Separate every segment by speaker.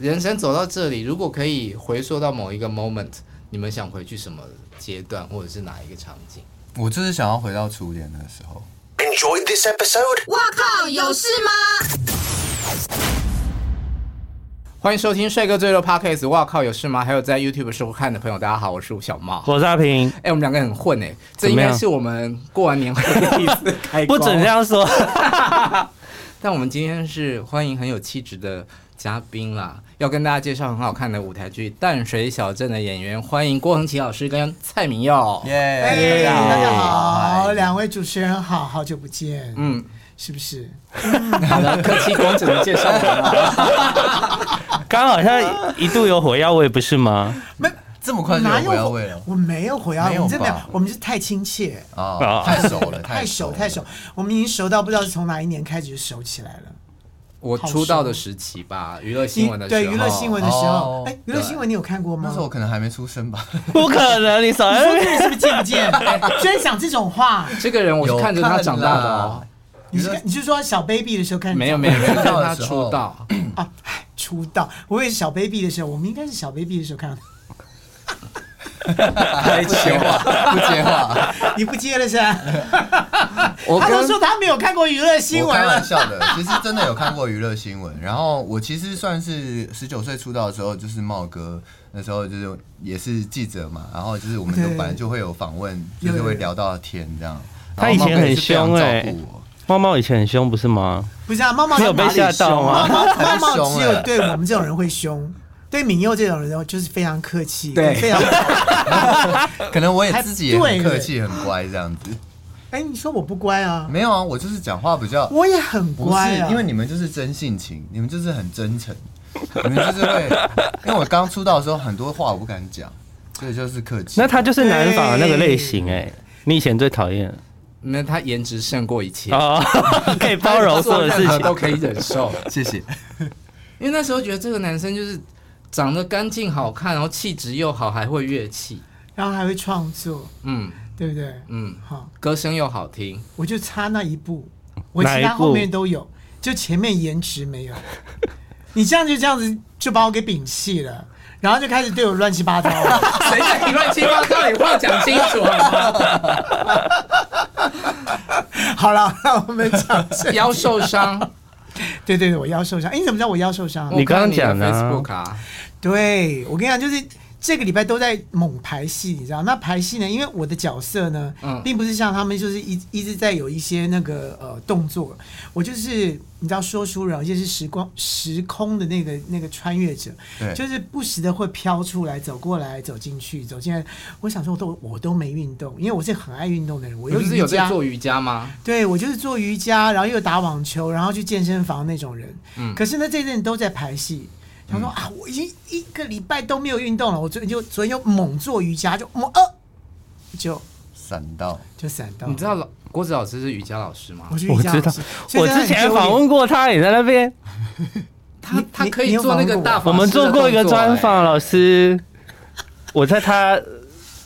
Speaker 1: 人生走到这里，如果可以回溯到某一个 moment，你们想回去什么阶段，或者是哪一个场景？
Speaker 2: 我就是想要回到初恋的时候。
Speaker 3: Enjoyed this episode?
Speaker 4: 哇靠，有事吗？
Speaker 1: 欢迎收听《帅哥最热 Podcast》，哇靠，有事吗？还有在 YouTube 收看的朋友，大家好，我是吴小茂。
Speaker 5: 我是阿平，
Speaker 1: 哎、我们两个很混哎、这
Speaker 5: 怎
Speaker 1: 应
Speaker 5: 么样
Speaker 1: 该是我们过完年后的第一 次开工
Speaker 5: 不准这。样说。
Speaker 1: 但我们今天是欢迎很有气质的嘉宾啦，要跟大家介绍很好看的舞台剧《淡水小镇》的演员，欢迎郭恒琪老师跟蔡明耀。
Speaker 2: 耶！
Speaker 6: 哎大家好，
Speaker 2: 嗨
Speaker 6: 两位主持人好，好久不见，
Speaker 1: 嗯，
Speaker 6: 是不是？
Speaker 1: 好的，客气工整的介绍完了。
Speaker 5: 刚好像一度有火药味，不是吗？
Speaker 2: 没这么快就
Speaker 6: 哪
Speaker 2: 有
Speaker 6: 有
Speaker 2: 回到味了
Speaker 6: 我没有回啊，
Speaker 2: 没有
Speaker 6: 我们真
Speaker 2: 吧
Speaker 6: 的，我们是太亲切，
Speaker 2: 啊
Speaker 5: 啊！
Speaker 2: 太熟 了，
Speaker 6: 太
Speaker 2: 熟
Speaker 6: 熟
Speaker 2: 了
Speaker 6: 太熟。，我们已经熟到不知道是从哪一年开始就熟起来了。
Speaker 1: 我出道的时期吧，娱乐新闻的时候，
Speaker 6: 对娱乐新闻的时
Speaker 2: 哦
Speaker 6: 候，哎，娱乐新闻你有看过
Speaker 2: 那
Speaker 6: 吗
Speaker 2: 时？候可能还没出生吧。
Speaker 5: 不可能，你少
Speaker 6: 说这人是不是贱不贱？居然讲这种话，
Speaker 1: 这个人我是
Speaker 2: 有
Speaker 1: 看着他长大的哦，
Speaker 6: 你
Speaker 2: 娱乐
Speaker 6: 是你是说小 baby 的时候看？
Speaker 1: 没有没有，没有
Speaker 2: 出
Speaker 1: 看
Speaker 2: 道的
Speaker 1: 他
Speaker 2: 时
Speaker 1: 出
Speaker 2: 候
Speaker 1: 道，
Speaker 6: 啊，哎出道，我也是小 baby 的时候，我们应该是小 baby 的时候看到他。
Speaker 2: 太接话，不接话，
Speaker 6: 你不接了是吧？
Speaker 1: 我
Speaker 6: 他都
Speaker 1: 跟
Speaker 6: 说他没有看过娱乐新
Speaker 2: 我
Speaker 6: 闻啊
Speaker 2: 开玩
Speaker 6: 了。
Speaker 2: 笑的， 其实真的有看过娱乐新闻。然后我其实算是十九岁出道的时候，就是茂哥那时候就是也是记者嘛，然后就是我们都
Speaker 6: 对
Speaker 2: 本来就会有访问，就是会聊到天这样。
Speaker 5: 他
Speaker 2: 然后
Speaker 5: 以前
Speaker 2: 茂哥也
Speaker 5: 很
Speaker 2: 是非常
Speaker 5: 凶
Speaker 2: 照
Speaker 5: 欸
Speaker 2: 顾我
Speaker 5: 猫猫以前很凶，不是吗？
Speaker 6: 不是啊，猫猫
Speaker 5: 你有
Speaker 6: 在哪
Speaker 5: 被
Speaker 6: 里
Speaker 5: 吓到
Speaker 6: 啊
Speaker 5: 吗？
Speaker 6: 猫
Speaker 2: 很凶
Speaker 6: 猫只
Speaker 2: 欸
Speaker 6: 有对我们这种人会凶，对敏佑这种人就是非常客气，
Speaker 1: 对
Speaker 6: 非常。
Speaker 2: 可能我也自己也
Speaker 6: 还
Speaker 2: 很
Speaker 6: 对
Speaker 2: 客气、很乖这样子。
Speaker 6: 哎，你说我不乖啊？
Speaker 2: 没有啊，我就是讲话比较
Speaker 6: 我也很
Speaker 2: 不是
Speaker 6: 乖啊，
Speaker 2: 因为你们就是真性情，你们就是很真诚， 你们就是会。因为我刚出道的时候，很多话我不敢讲，所以就是客气。
Speaker 5: 那他就是南法那个类型哎、你以前最讨厌
Speaker 1: 那他颜值胜过一切，
Speaker 5: 哦， 可以包容所有
Speaker 1: 他做
Speaker 5: 事
Speaker 1: 任何
Speaker 5: 情。
Speaker 1: 都可以忍受，
Speaker 2: 谢谢。
Speaker 1: 因为那时候觉得这个男生就是长得干净好看，然后气质又好，还会乐器，
Speaker 6: 然后还会创作，
Speaker 1: 嗯
Speaker 6: 对不对？
Speaker 1: 嗯，
Speaker 6: 好，
Speaker 1: 歌声又好 听，
Speaker 6: 我就差那一步，我
Speaker 5: 哪
Speaker 6: 其
Speaker 5: 一
Speaker 6: 他
Speaker 5: 步
Speaker 6: 后面都有，就前面颜值没有。 你这样就这样子就把我给摒弃了，然后就开始对我乱七八 糟了。
Speaker 1: 谁在你乱七八糟？你话讲清楚好 吗？
Speaker 6: 好了，让我们讲这。
Speaker 1: 腰受伤，
Speaker 6: 对对对，我腰受伤。哎，你怎么知道我腰受伤啊？
Speaker 5: 你刚刚讲
Speaker 1: 的
Speaker 5: 的啊
Speaker 1: Facebook 啊，
Speaker 6: 对我跟你讲，就是这个礼拜都在猛排戏，你知道？那排戏呢，因为我的角色呢，
Speaker 1: 嗯
Speaker 6: 并不是像他们就是一一直在有一些那个呃动作，我就是你知道说书人，而且是时光时空的那个那个穿越者，
Speaker 2: 对
Speaker 6: 就是不时的会飘出来，走过来，走进去，走进来。我想说，我都我都没运动，因为我是很爱运动的人，我
Speaker 1: 你
Speaker 6: 又
Speaker 1: 不是有
Speaker 6: 瑜伽
Speaker 1: 在做瑜伽吗？
Speaker 6: 对我就是做瑜伽，然后又打网球，然后去健身房那种人。
Speaker 5: 嗯
Speaker 6: 可是呢，这阵都在排戏。他说、啊，我已经一个礼拜都没有运动了，我昨天就昨天就猛做瑜伽，就猛呃，就
Speaker 2: 闪到，
Speaker 6: 就闪到。
Speaker 1: 你知道老郭子老师是瑜伽老师吗
Speaker 6: 我？是
Speaker 5: 我
Speaker 6: 瑜伽
Speaker 5: 知
Speaker 6: 老
Speaker 5: 道
Speaker 6: 师，，所
Speaker 5: 我
Speaker 6: 以真的很
Speaker 5: 之前
Speaker 6: 丢脸
Speaker 5: 访问过他，也在那边，
Speaker 1: 他
Speaker 6: 你
Speaker 1: 他
Speaker 6: 你
Speaker 1: 可以
Speaker 6: 你有
Speaker 1: 做那个
Speaker 6: 访问过
Speaker 1: 大
Speaker 6: 我
Speaker 1: 法
Speaker 5: 我们
Speaker 1: 师的
Speaker 5: 做过一个
Speaker 1: 动作
Speaker 5: 专
Speaker 1: 哎
Speaker 5: 访，老师，我在他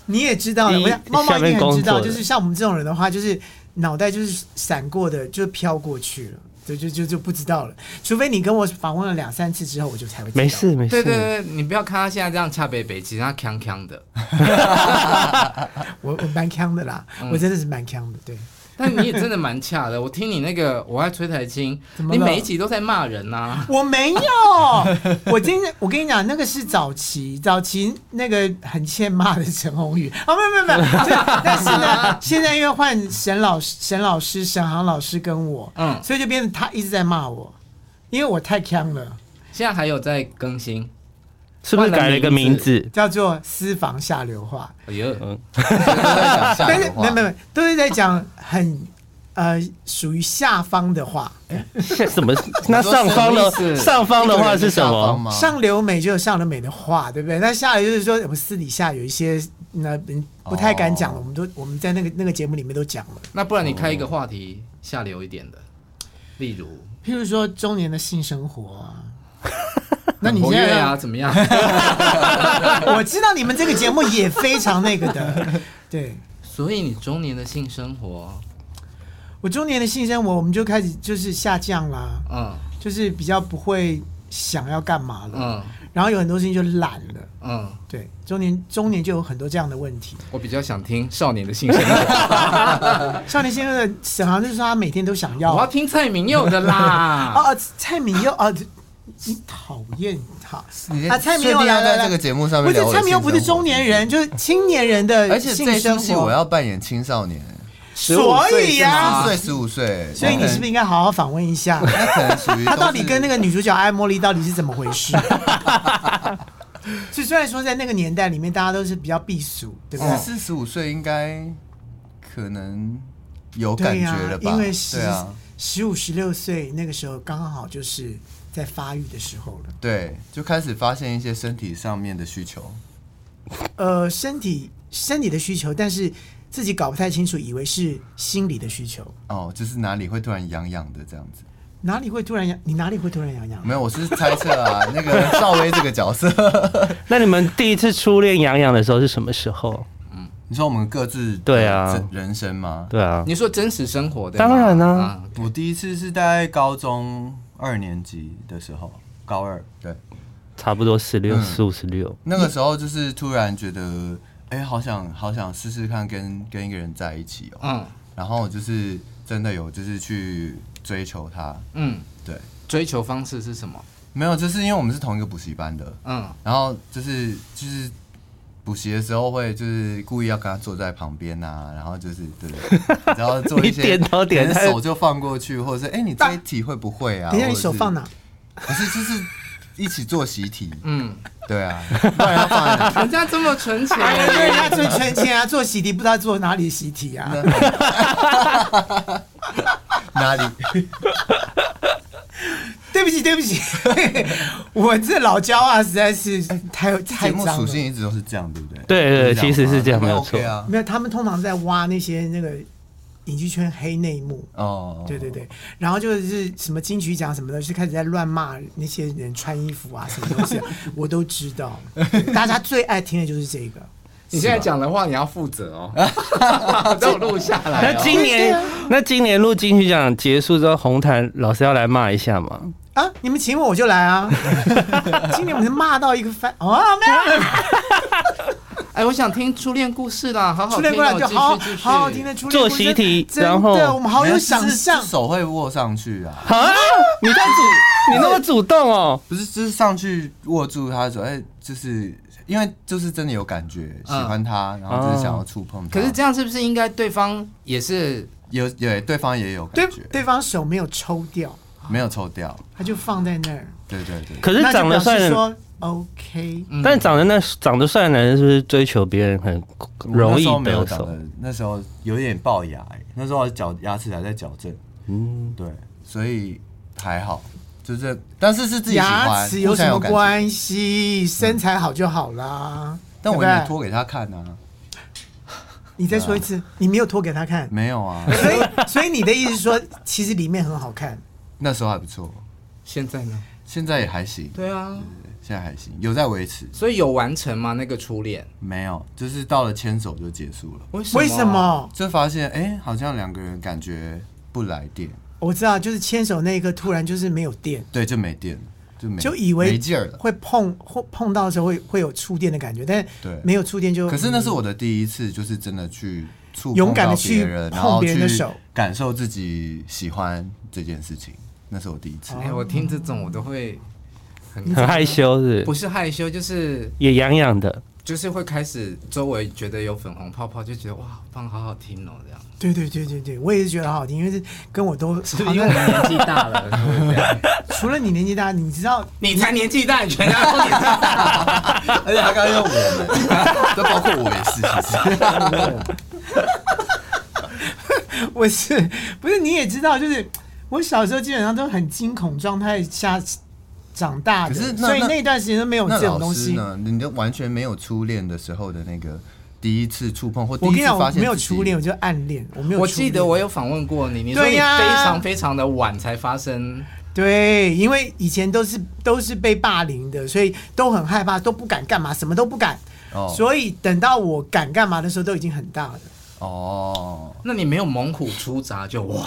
Speaker 6: 你也知道了，
Speaker 5: 一
Speaker 6: 我想猫猫
Speaker 5: 下
Speaker 6: 一
Speaker 5: 面
Speaker 6: 定很知
Speaker 5: 工
Speaker 6: 道，
Speaker 5: 作的
Speaker 6: 就是像我们这种人的话，就是脑袋就是闪过的，就飘过去了，就就就就不知道了。除非你跟我访问了两三次之后，我就才会知道
Speaker 5: 没事。没
Speaker 1: 哎对对
Speaker 5: 事，
Speaker 1: 对，你不要看他现在这样恰北北，其实他锵锵的。
Speaker 6: 我我蛮强的啦，
Speaker 5: 嗯
Speaker 6: 我真的是蛮强的，对。
Speaker 1: 但你也真的蛮恰的，我听你那个《我爱崔台青
Speaker 6: 怎》，么
Speaker 1: 你
Speaker 6: 了
Speaker 1: 每一集都在骂人啊呐、
Speaker 6: 我没 有，我今天我跟你讲，那个是早期，早期那个很欠骂的陈鸿宇啊，没有没有没 有，对但是呢，现在因为换沈老师、沈老师、沈航老师跟我，
Speaker 1: 嗯，
Speaker 6: 所以就变成他一直在骂我，因为我太强了，
Speaker 1: 现在还有在更新。
Speaker 5: 是不是改了一个名字？
Speaker 6: 叫做私房下流话，
Speaker 1: 哎呦，
Speaker 2: 都在讲下
Speaker 6: 但
Speaker 2: 流
Speaker 6: 是没
Speaker 2: 话
Speaker 6: 有没。有，没有都是在讲很呃属于下方的话，
Speaker 5: 是什么？那上方
Speaker 1: 什么意
Speaker 5: 的
Speaker 1: 思
Speaker 5: 上方的话
Speaker 2: 一个人的
Speaker 5: 是什
Speaker 2: 下方吗？
Speaker 5: 么？
Speaker 6: 上流美就有上流美的话，对不对？那下流就是说，我们私底下有一些那嗯不太敢讲的，
Speaker 2: 哦
Speaker 6: 我们都我们在那个那个节目里面都讲了，
Speaker 1: 那不然你开一
Speaker 5: 哦
Speaker 1: 个话题下流一点的，例如
Speaker 6: 譬如说中年的性生活啊。那你
Speaker 1: 活
Speaker 6: 现
Speaker 1: 跃
Speaker 6: 在、
Speaker 1: 啊怎么样？
Speaker 6: 我知道你们这个节目也非常那个的，对
Speaker 1: 所以你中年的性生活，
Speaker 6: 我中年的性生活，我们就开始就是下降啦，
Speaker 1: 嗯，
Speaker 6: 就是比较不会想要干嘛了，
Speaker 1: 嗯
Speaker 6: 然后有很多事情就懒了。
Speaker 1: 嗯，
Speaker 6: 对，中年中年就有很多这样的问题。
Speaker 1: 我比较想听少年的性生 活，
Speaker 6: 少年先生的沈航就是说他每天都想要
Speaker 1: 我要听蔡明佑的啦。
Speaker 6: 哦，哦蔡明佑哦，你讨厌他
Speaker 2: 你
Speaker 6: 啊！蔡明佑
Speaker 2: 确定要
Speaker 6: 来
Speaker 2: 在
Speaker 6: 来来
Speaker 2: 这个节目上
Speaker 6: 不
Speaker 2: 面
Speaker 6: 是
Speaker 2: 聊我的
Speaker 6: 蔡明佑不是
Speaker 2: 性生活
Speaker 6: 中年人，就是青年人的
Speaker 2: 而且
Speaker 6: 性
Speaker 2: 这一出
Speaker 6: 生
Speaker 2: 戏
Speaker 6: 活
Speaker 2: 我要扮演青少年，
Speaker 1: 15岁
Speaker 6: 所以
Speaker 1: 是
Speaker 2: 十
Speaker 6: 呀
Speaker 1: 吗
Speaker 2: 岁十五岁，
Speaker 6: 啊所以你是不是应该好好访问一下，
Speaker 2: 那可能属于
Speaker 6: 他到底跟那
Speaker 2: 个
Speaker 6: 个女主角艾茉莉到底是怎么回 事？所以虽然说在那个年代里面，大家都是比较避俗，对不对？
Speaker 2: 四十五岁应该可能有感
Speaker 6: 对
Speaker 2: 觉
Speaker 6: 呀、
Speaker 2: 了吧？
Speaker 6: 因为十
Speaker 2: 对啊，
Speaker 6: 十五十六岁那个时候刚好就是在发育的时候了。
Speaker 2: 对，就开始发现一些身体上面的需求。
Speaker 6: 呃，身体身体的需求，但是自己搞不太清楚，以为是心理的需求。
Speaker 2: 哦，就是哪里会突然痒痒的这样子？
Speaker 6: 哪里会突然痒？你哪里会突然痒痒？
Speaker 2: 没有，我是猜测 啊。那个赵薇这个角色，
Speaker 5: 那你们第一次初恋杨洋的时候是什么时候？
Speaker 2: 你说我们各自的
Speaker 5: 对啊
Speaker 2: 这人生吗？
Speaker 5: 对啊，
Speaker 1: 你说真实生活的，
Speaker 5: 当然啦
Speaker 1: 啊
Speaker 2: 我第一次是在高中二年级的时候，高二对，
Speaker 5: 差不多十六、
Speaker 2: 嗯
Speaker 5: 四五十六。
Speaker 2: 那个时候就是突然觉得，哎、好想好想试试看跟跟一个人在一起哦、
Speaker 1: 嗯
Speaker 2: 然后就是真的有就是去追求他，
Speaker 1: 嗯，
Speaker 2: 对，
Speaker 1: 追求方式是什么？
Speaker 2: 没有，就是因为我们是同一个补习班的，
Speaker 1: 嗯
Speaker 2: 然后就是就是补习的时候会就是故意要跟他坐在旁边呐、然后就是 对对，对然后做一些
Speaker 5: 你点头点
Speaker 2: 可能
Speaker 5: 他
Speaker 2: 手就放过去，或者是哎、你这一题会不会啊？
Speaker 6: 等一下，
Speaker 2: 或
Speaker 6: 你
Speaker 2: 者是
Speaker 6: 手放？哪？
Speaker 2: 不是，就是一起做习题，
Speaker 1: 嗯，
Speaker 2: 对啊，不然要放在哪？
Speaker 1: 人家这么纯 情，
Speaker 6: 哎呀，人家存存钱啊，做习题不知道做哪里的习题 啊。
Speaker 2: 哪里？
Speaker 6: 对不起，对不起，我这老焦啊，实在是太 太
Speaker 2: 节目
Speaker 6: 脏
Speaker 2: 属
Speaker 6: 了。
Speaker 2: 性一直都是这样，对不对？
Speaker 5: 对对对
Speaker 2: 就是
Speaker 5: 其实是这样
Speaker 2: 嘛
Speaker 5: 没有
Speaker 2: 那 OK 啊。
Speaker 6: 没有，他们通常在挖那些那个影剧圈黑内幕。
Speaker 2: 哦，
Speaker 6: 对对对，然后就是什么金曲奖什么的，就开始在乱骂那些人穿衣服啊什么东 西啊，我都知道。对大家最爱听的就是这个。
Speaker 1: 你现在讲的话你要负责哦， 都有录下来
Speaker 5: 那
Speaker 1: 哦。
Speaker 5: 今年，那今年录金曲奖结束之后，红毯老师要来骂一下嘛？
Speaker 6: 啊！你们请我，我就来 啊！今年我们骂到一个翻哦，没有，
Speaker 1: 哎，我想听初恋故事啦，好好
Speaker 6: 初
Speaker 1: 听哦
Speaker 6: 恋过来就好
Speaker 1: 继续继续
Speaker 6: 好好听的初恋
Speaker 5: 做
Speaker 6: 故事
Speaker 5: 习题
Speaker 6: 真的
Speaker 5: 然后
Speaker 6: 我们好
Speaker 2: 没
Speaker 6: 有
Speaker 2: 就是
Speaker 6: 想象
Speaker 2: 是，手会握上去啊，
Speaker 5: 啊，你在主，你那么主动哦。
Speaker 2: 不是，就是上去握住他的手，哎，就是因为就是真的有感觉，喜欢他，然后就是想要触碰他。
Speaker 1: 可是这样是不是应该对方也是
Speaker 2: 有有对方也有
Speaker 6: 对
Speaker 2: 感觉，
Speaker 6: 对方手没有抽掉，
Speaker 2: 没有抽掉，
Speaker 6: 他就放在那儿。
Speaker 2: 对对对，
Speaker 5: 可是
Speaker 6: 那就
Speaker 5: 长
Speaker 6: 表
Speaker 5: 得
Speaker 6: 示
Speaker 5: 帅的，
Speaker 6: 说 OK，
Speaker 5: 但长得那长得帅的男人是不是追求别人很容
Speaker 2: 我那
Speaker 5: 易
Speaker 2: 时候没有
Speaker 5: 得
Speaker 2: 长
Speaker 5: 手？
Speaker 2: 得，那时候有点龅牙，哎那时候矫牙齿还在矫正，嗯，对，所以还好，就是但是是自己喜
Speaker 6: 牙
Speaker 2: 欢，
Speaker 6: 齿有
Speaker 2: 互
Speaker 6: 什
Speaker 2: 相
Speaker 6: 么
Speaker 2: 感觉？
Speaker 6: 关系？身材好就好啦。
Speaker 2: 但我也
Speaker 6: 对不
Speaker 2: 没
Speaker 6: 对
Speaker 2: 脱给他看啊，
Speaker 6: 你再说一次，你没有脱给他看，
Speaker 2: 没有啊，
Speaker 6: 所以所以你的意思是说，其实里面很好看。
Speaker 2: 那时候还不错，
Speaker 1: 现在呢？
Speaker 2: 现在也还行，
Speaker 1: 对啊，
Speaker 2: 现在还行，有在维持。
Speaker 1: 所以有完成吗？那个初恋？
Speaker 2: 没有，就是到了牵手就结束了，
Speaker 1: 为什么？
Speaker 6: 为什？么？
Speaker 2: 就发现哎、好像两个人感觉不来电，
Speaker 6: 我知道，就是牵手那一刻突然就是没有电，
Speaker 2: 对，就没电了，就没
Speaker 6: 就以为
Speaker 2: 没劲儿了。
Speaker 6: 会碰或碰到的时候会会有触电的感觉，但
Speaker 2: 对
Speaker 6: 没有触电就嗯
Speaker 2: 可是那是我的第一次，就是真的去触碰
Speaker 6: 勇敢地
Speaker 2: 到
Speaker 6: 去
Speaker 2: 别人，然
Speaker 6: 碰
Speaker 2: 后
Speaker 6: 别人的
Speaker 2: 去
Speaker 6: 手
Speaker 2: 感受自己喜欢这件事情，那是我第一次。
Speaker 6: 哦
Speaker 1: 哎、我听这种我都会很
Speaker 5: 很害羞是不
Speaker 1: 不
Speaker 5: 是？
Speaker 1: 是害羞，就是
Speaker 5: 也痒痒的，
Speaker 1: 就是会开始周围觉得有粉红泡泡，就觉得哇，好棒，好好听哦，这样。
Speaker 6: 对对对对对，我也是觉得好听，因为是跟我都
Speaker 1: 是不是因为我们年纪大 了？是不是这样
Speaker 6: 除了你年纪大，你知道
Speaker 1: 你才年纪大，你全家都年纪大。
Speaker 2: 而且他刚刚用我们， 就包括我也是，其实
Speaker 6: 我是不是你也知道，就是我小时候基本上都很惊恐状态下长大的，
Speaker 2: 可是那
Speaker 6: 所以
Speaker 2: 那
Speaker 6: 那段时间都没有
Speaker 2: 那
Speaker 6: 这种
Speaker 2: 老
Speaker 6: 东
Speaker 2: 师
Speaker 6: 西。
Speaker 2: 呢？你都完全没有初恋的时候的那个第一次触碰，或第
Speaker 6: 我
Speaker 2: 一
Speaker 6: 跟你
Speaker 2: 次
Speaker 6: 讲，
Speaker 2: 发
Speaker 6: 我
Speaker 2: 现
Speaker 6: 没有
Speaker 2: 自己
Speaker 6: 初恋，我就暗恋，我没有初
Speaker 1: 我
Speaker 6: 恋。
Speaker 1: 记得我有访问过你，你说
Speaker 6: 对
Speaker 1: 你非
Speaker 6: 呀
Speaker 1: 常非常的晚才发生，
Speaker 6: 对，因为以前都是都是被霸凌的，所以都很害怕，都不敢干嘛，什么都不敢。
Speaker 2: 哦
Speaker 6: 所以等到我敢干嘛的时候，都已经很大了。
Speaker 2: 哦，
Speaker 1: 那你没有猛虎出闸就哇，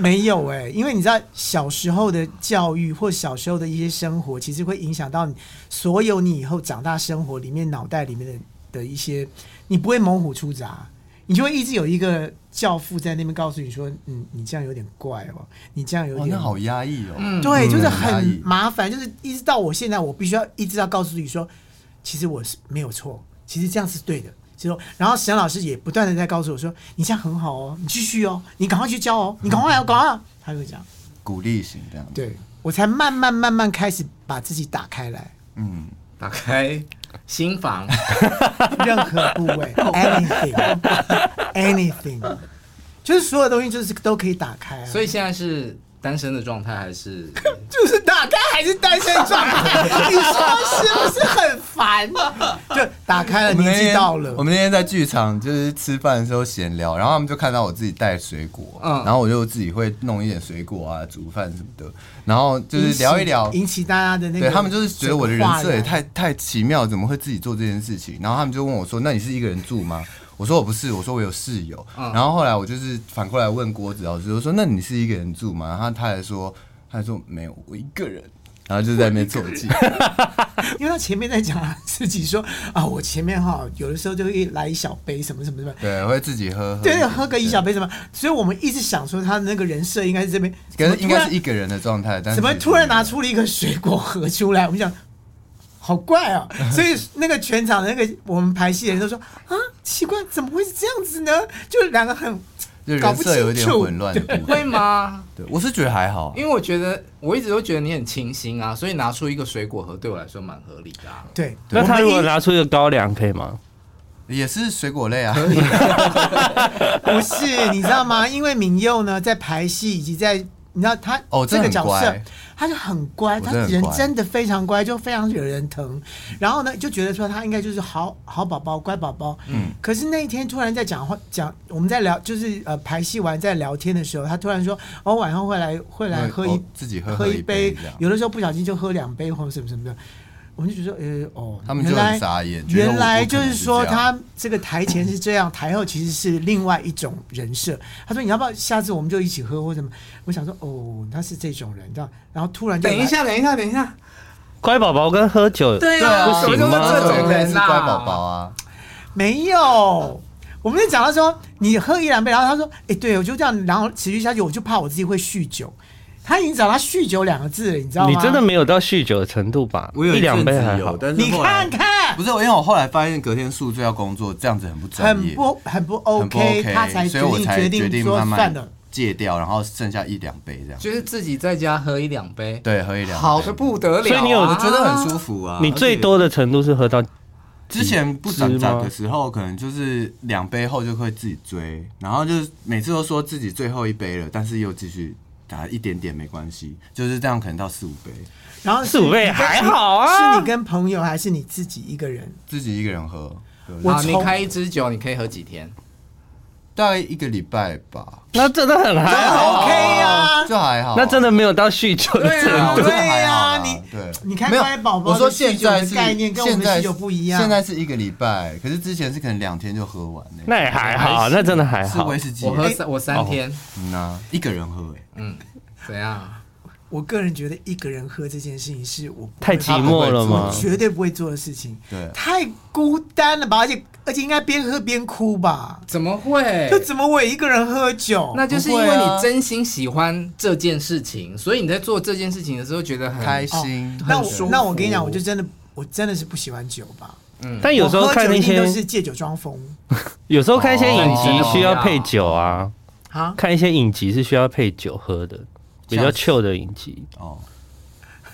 Speaker 6: 没有哎、因为你知道小时候的教育或小时候的一些生活，其实会影响到你所有你以后长大生活里面脑袋里面的的一些，你不会猛虎出闸，你就会一直有一个教父在那边告诉你说，嗯，你这样有点怪哦，你这样有
Speaker 2: 哇，
Speaker 6: 点、
Speaker 2: 那好压抑哦。
Speaker 1: 嗯
Speaker 6: 对，就是
Speaker 2: 压
Speaker 6: 很
Speaker 2: 抑
Speaker 6: 麻烦，就是一直到我现在，我必须要一直要告诉自己说，其实我是没有错，其实这样是对的。其实我，然后沈老师也不断的在告诉我说，你这样很好哦，你继续哦，你赶快去教哦，你赶快哦，赶快哦。他会讲，
Speaker 2: 鼓励型这样。，
Speaker 6: 对我才慢慢慢慢开始把自己打开来，
Speaker 2: 嗯，
Speaker 1: 打开新房，
Speaker 6: 任何部位，anything，anything，就是所有东西就是都可以打开、啊，
Speaker 1: 所以现在是单身的状态还是？
Speaker 6: 就是打开还是单身状态，你说是不是很烦？啊就打开了，
Speaker 2: 我们那
Speaker 6: 年纪
Speaker 2: 天
Speaker 6: 到了
Speaker 2: 我，们那天在剧场就是吃饭的时候闲聊，然后他们就看到我自己带水果，
Speaker 1: 嗯
Speaker 2: 然后我就自己会弄一点水果啊，煮饭什么的，然后就是聊一聊。
Speaker 6: 引起大家的那个，
Speaker 2: 对他们就是觉得我的人设也
Speaker 6: 化
Speaker 2: 太太奇妙，怎么会自己做这件事情？然后他们就问我说：“那你是一个人住吗？”我说：“我不是，我说我有室友。
Speaker 1: 嗯
Speaker 2: 然后后来我就是反过来问郭子老师，我说：“那你是一个人住吗？”然后他还说：“他还说没有，我一个人。”然后就在那边做记，
Speaker 6: 了，因为他前面在讲他自己说啊，我前面哈有的时候就会来一小杯什么什么什么，
Speaker 2: 对，会自己喝，
Speaker 6: 对，
Speaker 2: 一点
Speaker 6: 喝个一小杯什么，所以我们一直想说他的那个人设应该是这边，
Speaker 2: 可是应该是
Speaker 6: 怎么突然
Speaker 2: 一个人的状态，但是嗯
Speaker 6: 怎么突然拿出了一个水果盒出来？我们想。好怪啊！所以那个全场的那个我们排戏的人都说啊，奇怪，怎么会是这样子呢？就两个很
Speaker 2: 就
Speaker 6: 搞
Speaker 2: 人
Speaker 6: 不
Speaker 2: 设有
Speaker 6: 清
Speaker 2: 点
Speaker 6: 楚
Speaker 2: 混乱的部
Speaker 1: 会
Speaker 2: 分。
Speaker 1: 吗？
Speaker 2: 对，我是觉得还好啊
Speaker 1: 因，为我觉得我一直都觉得你很清新啊，所以拿出一个水果盒对我来说蛮合理的、啊。
Speaker 6: 对。
Speaker 5: 那
Speaker 6: 我
Speaker 5: 他
Speaker 6: 们
Speaker 5: 如果
Speaker 6: 一
Speaker 5: 拿出一个高粱，可以吗？
Speaker 2: 也是水果类啊。
Speaker 6: 不是，你知道吗？因为敏佑呢，在排戏以及在你知道他
Speaker 2: 哦
Speaker 6: 这
Speaker 2: 真的
Speaker 6: 个
Speaker 2: 很
Speaker 6: 角色
Speaker 2: 乖，
Speaker 6: 他就很乖，
Speaker 2: 我
Speaker 6: 他
Speaker 2: 真的很
Speaker 6: 人
Speaker 2: 乖
Speaker 6: 真的非常乖，就非常惹人疼。然后呢，就觉得说他应该就是好好宝宝、乖宝宝。嗯。可是那一天突然在讲话讲，我们在聊，就是呃排戏完在聊天的时候，他突然说：“哦，晚上会来会来
Speaker 2: 嗯
Speaker 6: 喝
Speaker 2: 哦
Speaker 6: 一
Speaker 2: 自己喝
Speaker 6: 喝
Speaker 2: 喝
Speaker 6: 一
Speaker 2: 一杯
Speaker 6: 杯
Speaker 2: 这样，
Speaker 6: 有的时候不小心就喝两杯或者什么什么的。”我们就觉得，呃，哦，
Speaker 2: 他们就
Speaker 6: 原来
Speaker 2: 很傻眼觉得我
Speaker 6: 原来
Speaker 2: 我可
Speaker 6: 就
Speaker 2: 能
Speaker 6: 是
Speaker 2: 是
Speaker 6: 说
Speaker 2: 这样
Speaker 6: 他这个台前是这样，台后其实是另外一种人设。他说：“你要不要下次我们就一起喝或什么？”我想说：“哦，他是这种人，你知道？”然后突然就
Speaker 1: 等一
Speaker 6: 来，
Speaker 1: 下，等一下，等一下，
Speaker 5: 乖宝宝跟喝酒，
Speaker 1: 对
Speaker 2: 啊
Speaker 1: 啊，
Speaker 5: 不
Speaker 1: 我
Speaker 5: 行
Speaker 1: 就
Speaker 5: 吗
Speaker 1: 是这种
Speaker 2: 我也
Speaker 1: 人
Speaker 2: 是
Speaker 1: 呐、
Speaker 2: 乖宝宝啊，
Speaker 6: 没有。我们就讲到说，你喝一两杯，然后他说：“哎，对，我就这样，然后持续下去，我就怕我自己会酗酒。”他已经找他酗酒两个字了，你知道吗？
Speaker 5: 你真的没有到酗酒的程度吧？
Speaker 7: 我有
Speaker 5: 一两啊
Speaker 7: 阵
Speaker 5: 杯
Speaker 7: 子
Speaker 5: 还
Speaker 7: 有，
Speaker 5: 好。
Speaker 7: 但是
Speaker 6: 你
Speaker 7: 后来
Speaker 6: 看看
Speaker 2: 不，是，因为我后来发现隔天宿醉要工作，这样子很不专
Speaker 6: 很
Speaker 2: 业，
Speaker 6: 不很不 OK，,
Speaker 2: 很不 OK，
Speaker 6: 他才
Speaker 2: 所
Speaker 6: 决
Speaker 2: 以我
Speaker 6: 定
Speaker 2: 才
Speaker 6: 决
Speaker 2: 决
Speaker 6: 定
Speaker 2: 定
Speaker 6: 说
Speaker 2: 慢
Speaker 6: 算
Speaker 2: 慢
Speaker 6: 了。
Speaker 2: 戒掉，然后剩下一两杯这样。
Speaker 1: 就是自己在家喝一两杯，
Speaker 2: 对，喝一两杯，
Speaker 1: 好的不得了、啊，
Speaker 5: 所以你有
Speaker 2: 我觉得很舒服啊。
Speaker 5: 你最多的程度是喝到
Speaker 2: 之前不长
Speaker 5: 吃吗
Speaker 2: 长的时候，可能就是两杯后就会自己追，然后就是每次都说自己最后一杯了，但是又继续打一点点没关系，就是这样，可能到四五杯，
Speaker 6: 然后是
Speaker 5: 四五杯
Speaker 6: 你跟
Speaker 5: 还好啊
Speaker 6: 是你跟朋友还是你自己一个人？
Speaker 2: 自己一个人喝，对
Speaker 6: 我
Speaker 1: 啊，你
Speaker 6: 从
Speaker 1: 开一支酒，你可以喝几天？
Speaker 2: 大概一个礼拜吧，
Speaker 5: 那真的很还
Speaker 6: 哎
Speaker 5: 好，
Speaker 6: OK 啊呀、
Speaker 2: 就还好，
Speaker 5: 那真的没有到酗酒的程
Speaker 2: 啊
Speaker 5: 度
Speaker 2: 我。真的还好
Speaker 6: 呀、
Speaker 2: 啦
Speaker 6: 啊你
Speaker 2: 对
Speaker 6: 你看
Speaker 2: 没有
Speaker 6: 乖宝宝
Speaker 2: 我说
Speaker 6: 的酗
Speaker 2: 现
Speaker 6: 酒
Speaker 2: 在
Speaker 6: 的
Speaker 2: 是
Speaker 6: 概念跟我们
Speaker 2: 现在
Speaker 6: 酗酒不一样。
Speaker 2: 现在是一个礼拜，可是之前是可能两天就喝完呢、
Speaker 5: 那也还好，啊那真的还
Speaker 2: 是
Speaker 5: 好
Speaker 2: 威。士忌
Speaker 1: 我
Speaker 2: 欸，
Speaker 1: 喝三，我三天，
Speaker 2: 嗯啊，一个人喝、欸，
Speaker 1: 怎样？
Speaker 6: 我个人觉得一个人喝这件事情是我不
Speaker 5: 太
Speaker 6: 会
Speaker 5: 寂寞了吗
Speaker 6: 我？绝对不会做的事情，
Speaker 2: 对
Speaker 5: 哦
Speaker 6: 太孤单了吧？而且而且应该边喝边哭吧？
Speaker 1: 怎么会？
Speaker 6: 那怎么我也一个人喝酒？
Speaker 1: 那就是因
Speaker 2: 不
Speaker 1: 为
Speaker 2: 会啊
Speaker 1: 你真心喜欢这件事情，所以你在做这件事情的时候觉得很
Speaker 2: 开心，
Speaker 6: 哦那我
Speaker 2: 很舒服
Speaker 6: 那我跟你讲，我就真的我真的是不喜欢酒吧。
Speaker 5: 但有时候
Speaker 6: 我喝
Speaker 5: 看
Speaker 6: 酒
Speaker 5: 那
Speaker 6: 一定
Speaker 5: 些
Speaker 6: 都，是借酒装疯
Speaker 5: 有时候看一些影
Speaker 1: 哦
Speaker 5: 集需要配酒啊，
Speaker 6: 啊！
Speaker 5: 看一些影集是需要配酒喝的，比较 chill 的影集，
Speaker 2: 哦，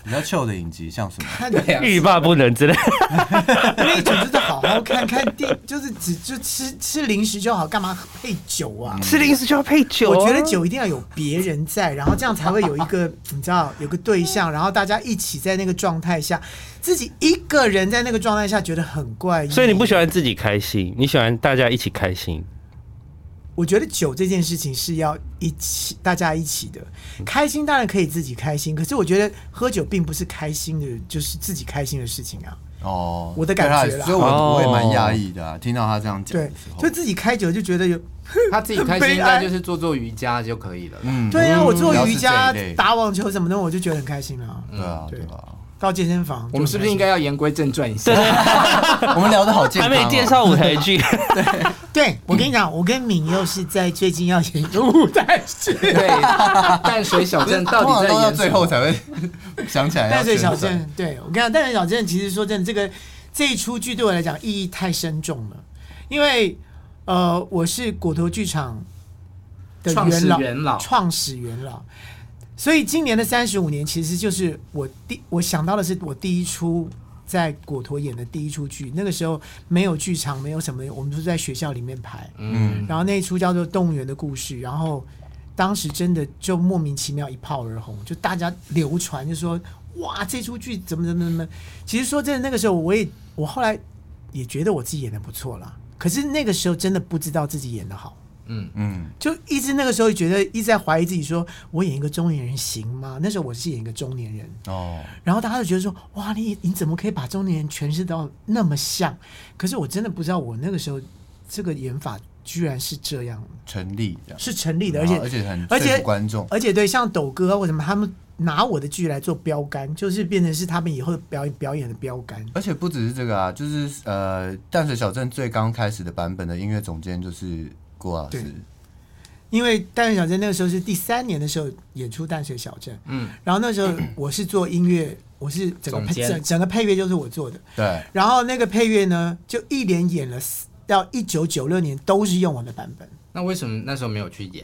Speaker 2: 比较旧的影集像什么？
Speaker 6: 看
Speaker 1: 对啊，
Speaker 5: 欲罢不能之类。
Speaker 6: 那种就是好好看 看电，就是只就吃吃零食就好，干嘛配酒啊？
Speaker 5: 吃零食就要配嗯酒啊，
Speaker 6: 我觉得酒一定要有别人在，然后这样才会有一个 你知道有个对象，然后大家一起在那个状态下，自己一个人在那个状态下觉得很怪异。
Speaker 5: 所以你不喜欢自己开心，你喜欢大家一起开心。
Speaker 6: 我觉得酒这件事情是要一起大家一起的，
Speaker 1: 嗯
Speaker 6: 开心当然可以自己开心，可是我觉得喝酒并不是开心的，就是自己开心的事情啊。
Speaker 2: 哦，
Speaker 6: 我的感觉啦
Speaker 2: 对啊所以
Speaker 5: 哦
Speaker 2: 我我也蛮压抑的啊，听到他这样讲
Speaker 1: 哦
Speaker 6: 对
Speaker 2: 的时，候
Speaker 6: 就，自己开酒就觉得有
Speaker 1: 啊 他自己开心应该就是做做瑜伽就可以了。
Speaker 2: 嗯，
Speaker 6: 对啊，我做
Speaker 2: 嗯
Speaker 6: 瑜
Speaker 2: 了
Speaker 6: 伽
Speaker 2: 解这一类、
Speaker 6: 打嗯网球什么的，我就觉得很开心了。
Speaker 2: 对啊，
Speaker 6: 对
Speaker 2: 对啊，
Speaker 6: 到健身房，
Speaker 1: 嗯我们是不是应该要言归正传一下？
Speaker 2: 我们聊的好健
Speaker 5: 还
Speaker 2: 康、哦，
Speaker 5: 没介绍舞台剧，
Speaker 6: 对我跟你讲，我跟敏佑是在最近要演一个舞台剧，
Speaker 1: 对，淡水小镇到
Speaker 2: 通常
Speaker 1: 底在
Speaker 2: 都到
Speaker 1: 演
Speaker 2: 最
Speaker 1: 什
Speaker 2: 后
Speaker 1: 么？
Speaker 2: 才会 想起来要
Speaker 6: 淡水
Speaker 2: 宣
Speaker 6: 小
Speaker 2: 传
Speaker 6: 镇。对我跟你讲，淡水小镇其实说真的，这个这一出剧对我来讲意义太深重了，因为呃，我是果陀剧场的
Speaker 1: 创始
Speaker 6: 元老，
Speaker 1: 元老
Speaker 6: 创始元老。所以今年的三十五年，其实就是我第我想到的是我第一出在果陀演的第一出剧。那个时候没有剧场，没有什么，我们都是在学校里面排。
Speaker 2: 嗯，
Speaker 6: 然后那一出叫做《动物园的故事》，然后当时真的就莫名其妙一炮而红，就大家流传就说哇这出剧怎么怎么怎么。其实说真的，那个时候我也我后来也觉得我自己演的不错啦，可是那个时候真的不知道自己演的好。
Speaker 2: 嗯，
Speaker 6: 就一直那个时候觉得一直在怀疑自己说，我演一个中年人行吗？那时候我是演一个中年人，
Speaker 2: 哦，
Speaker 6: 然后大家就觉得说，哇，你你怎么可以把中年人诠释到那么像？可是我真的不知道，我那个时候这个演法居然是这样，
Speaker 2: 成立这样
Speaker 6: 是成立的，而
Speaker 2: 然后
Speaker 6: 且
Speaker 2: 而且很说
Speaker 6: 而且
Speaker 2: 服观众
Speaker 6: 而且对像抖哥啊或什么，他们拿我的剧来做标杆，就是变成是他们以后的表演表演的标杆。
Speaker 2: 而且不只是这个啊，就是呃，淡水小镇最刚开始的版本的音乐总监就是郭老师
Speaker 6: 对，因为淡水小镇那个时候是第三年的时候演出淡水小镇，
Speaker 1: 嗯，
Speaker 6: 然后 那时候我是做音乐，我是整个
Speaker 1: 总
Speaker 6: 配
Speaker 1: 监
Speaker 6: 整整个配乐就是我做的，
Speaker 2: 对，
Speaker 6: 然后那个配乐呢，就一连演了四到一九九六年都是用我的版本。
Speaker 1: 那为什么那时候没有去演？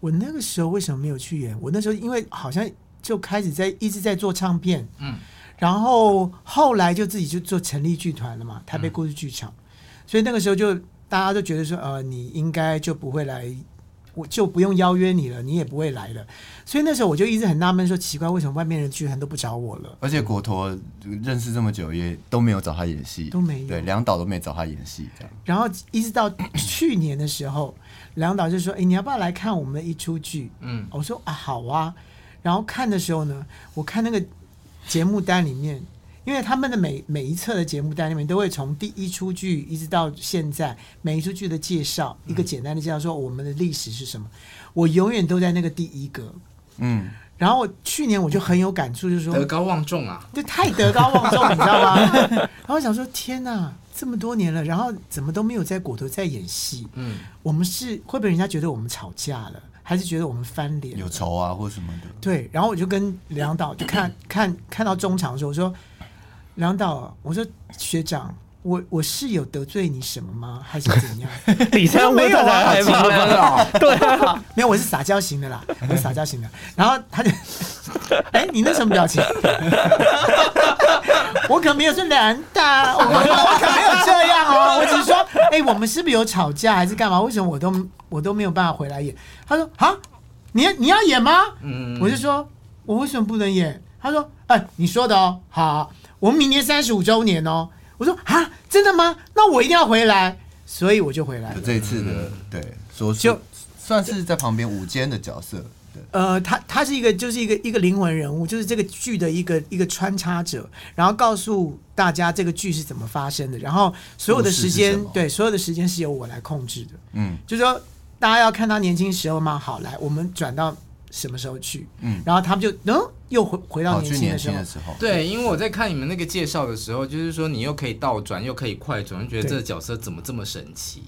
Speaker 6: 我那个时候为什么没有去演？我那时候因为好像就开始在一直在做唱片，嗯，然后后来就自己就做成立剧团了嘛，台北故事剧场，所以那个时候就大家都觉得说，呃，你应该就不会来，我就不用邀约你了，你也不会来了。所以那时候我就一直很纳闷说，奇怪，为什么外面的剧团都不找我了？
Speaker 2: 而且果陀认识这么久也都没有找他演戏，
Speaker 6: 都没有
Speaker 2: 对，两岛都没找他演戏这样，
Speaker 6: 然后一直到去年的时候，梁导就说：“哎，你要不要来看我们的一出剧？”
Speaker 1: 嗯，
Speaker 6: 我说：“啊，好啊。”然后看的时候呢，我看那个节目单里面，因为他们的每每一册的节目单里面都会从第一出剧一直到现在每一出剧的介绍，
Speaker 1: 嗯
Speaker 6: 一个简单的介绍说我们的历史是什么。我永远都在那个第一个。
Speaker 2: 嗯，
Speaker 6: 然后我去年我就很有感触，就是说
Speaker 1: 德高望重啊！
Speaker 6: 就太德高望重，你知道吗？ 然后我想说，天哪，这么多年了，然后怎么都没有在果陀在演戏？
Speaker 1: 嗯，
Speaker 6: 我们是会不会人家觉得我们吵架了，还是觉得我们翻脸？
Speaker 2: 有仇啊或什么的，
Speaker 6: 对，然后我就跟梁导就看看看到中场的时候，我说梁导，我说学长，我我是有得罪你什么吗？还是怎样？
Speaker 5: 李三问他才害怕吧？对啊，
Speaker 6: 没有，我是撒娇型的啦，我是撒娇型的。然后他就， 哎、你那什么表情？ 我可没有是男的啊，我我可没有这样哦，我只是说，哎、我们是不是有吵架还是干嘛？为什么我都我都没有办法回来演？他说啊，你你要演吗？
Speaker 1: 嗯
Speaker 6: 我就说，我为什么不能演？他说，哎、你说的哦，好，我们明年三十五周年哦。我说啊，真的吗？那我一定要回来，所以我就回来了
Speaker 2: 有。这一次的对，说是
Speaker 6: 嗯就
Speaker 2: 算是在旁边午间的角色，对，
Speaker 6: 呃，他他是一个就是一个一个灵魂人物，就是这个剧的一个一个穿插者，然后告诉大家这个剧是怎么发生的，然后所有的时
Speaker 2: 故事是
Speaker 6: 间
Speaker 2: 什么
Speaker 6: 对所有的时间是由我来控制的，
Speaker 2: 嗯
Speaker 6: 就是说大家要看他年轻时候吗？好，来我们转到什么时候去？
Speaker 2: 嗯，
Speaker 6: 然后他们就嗯又回回到
Speaker 2: 跑
Speaker 6: 年
Speaker 2: 去
Speaker 6: 轻
Speaker 2: 年
Speaker 6: 的时
Speaker 2: 轻
Speaker 6: 候
Speaker 2: 的，时候，
Speaker 1: 对，因为我在看你们那个介绍的时候，就是说你又可以倒转，又可以快转，就觉得
Speaker 6: 对
Speaker 1: 这个角色怎么这么神奇？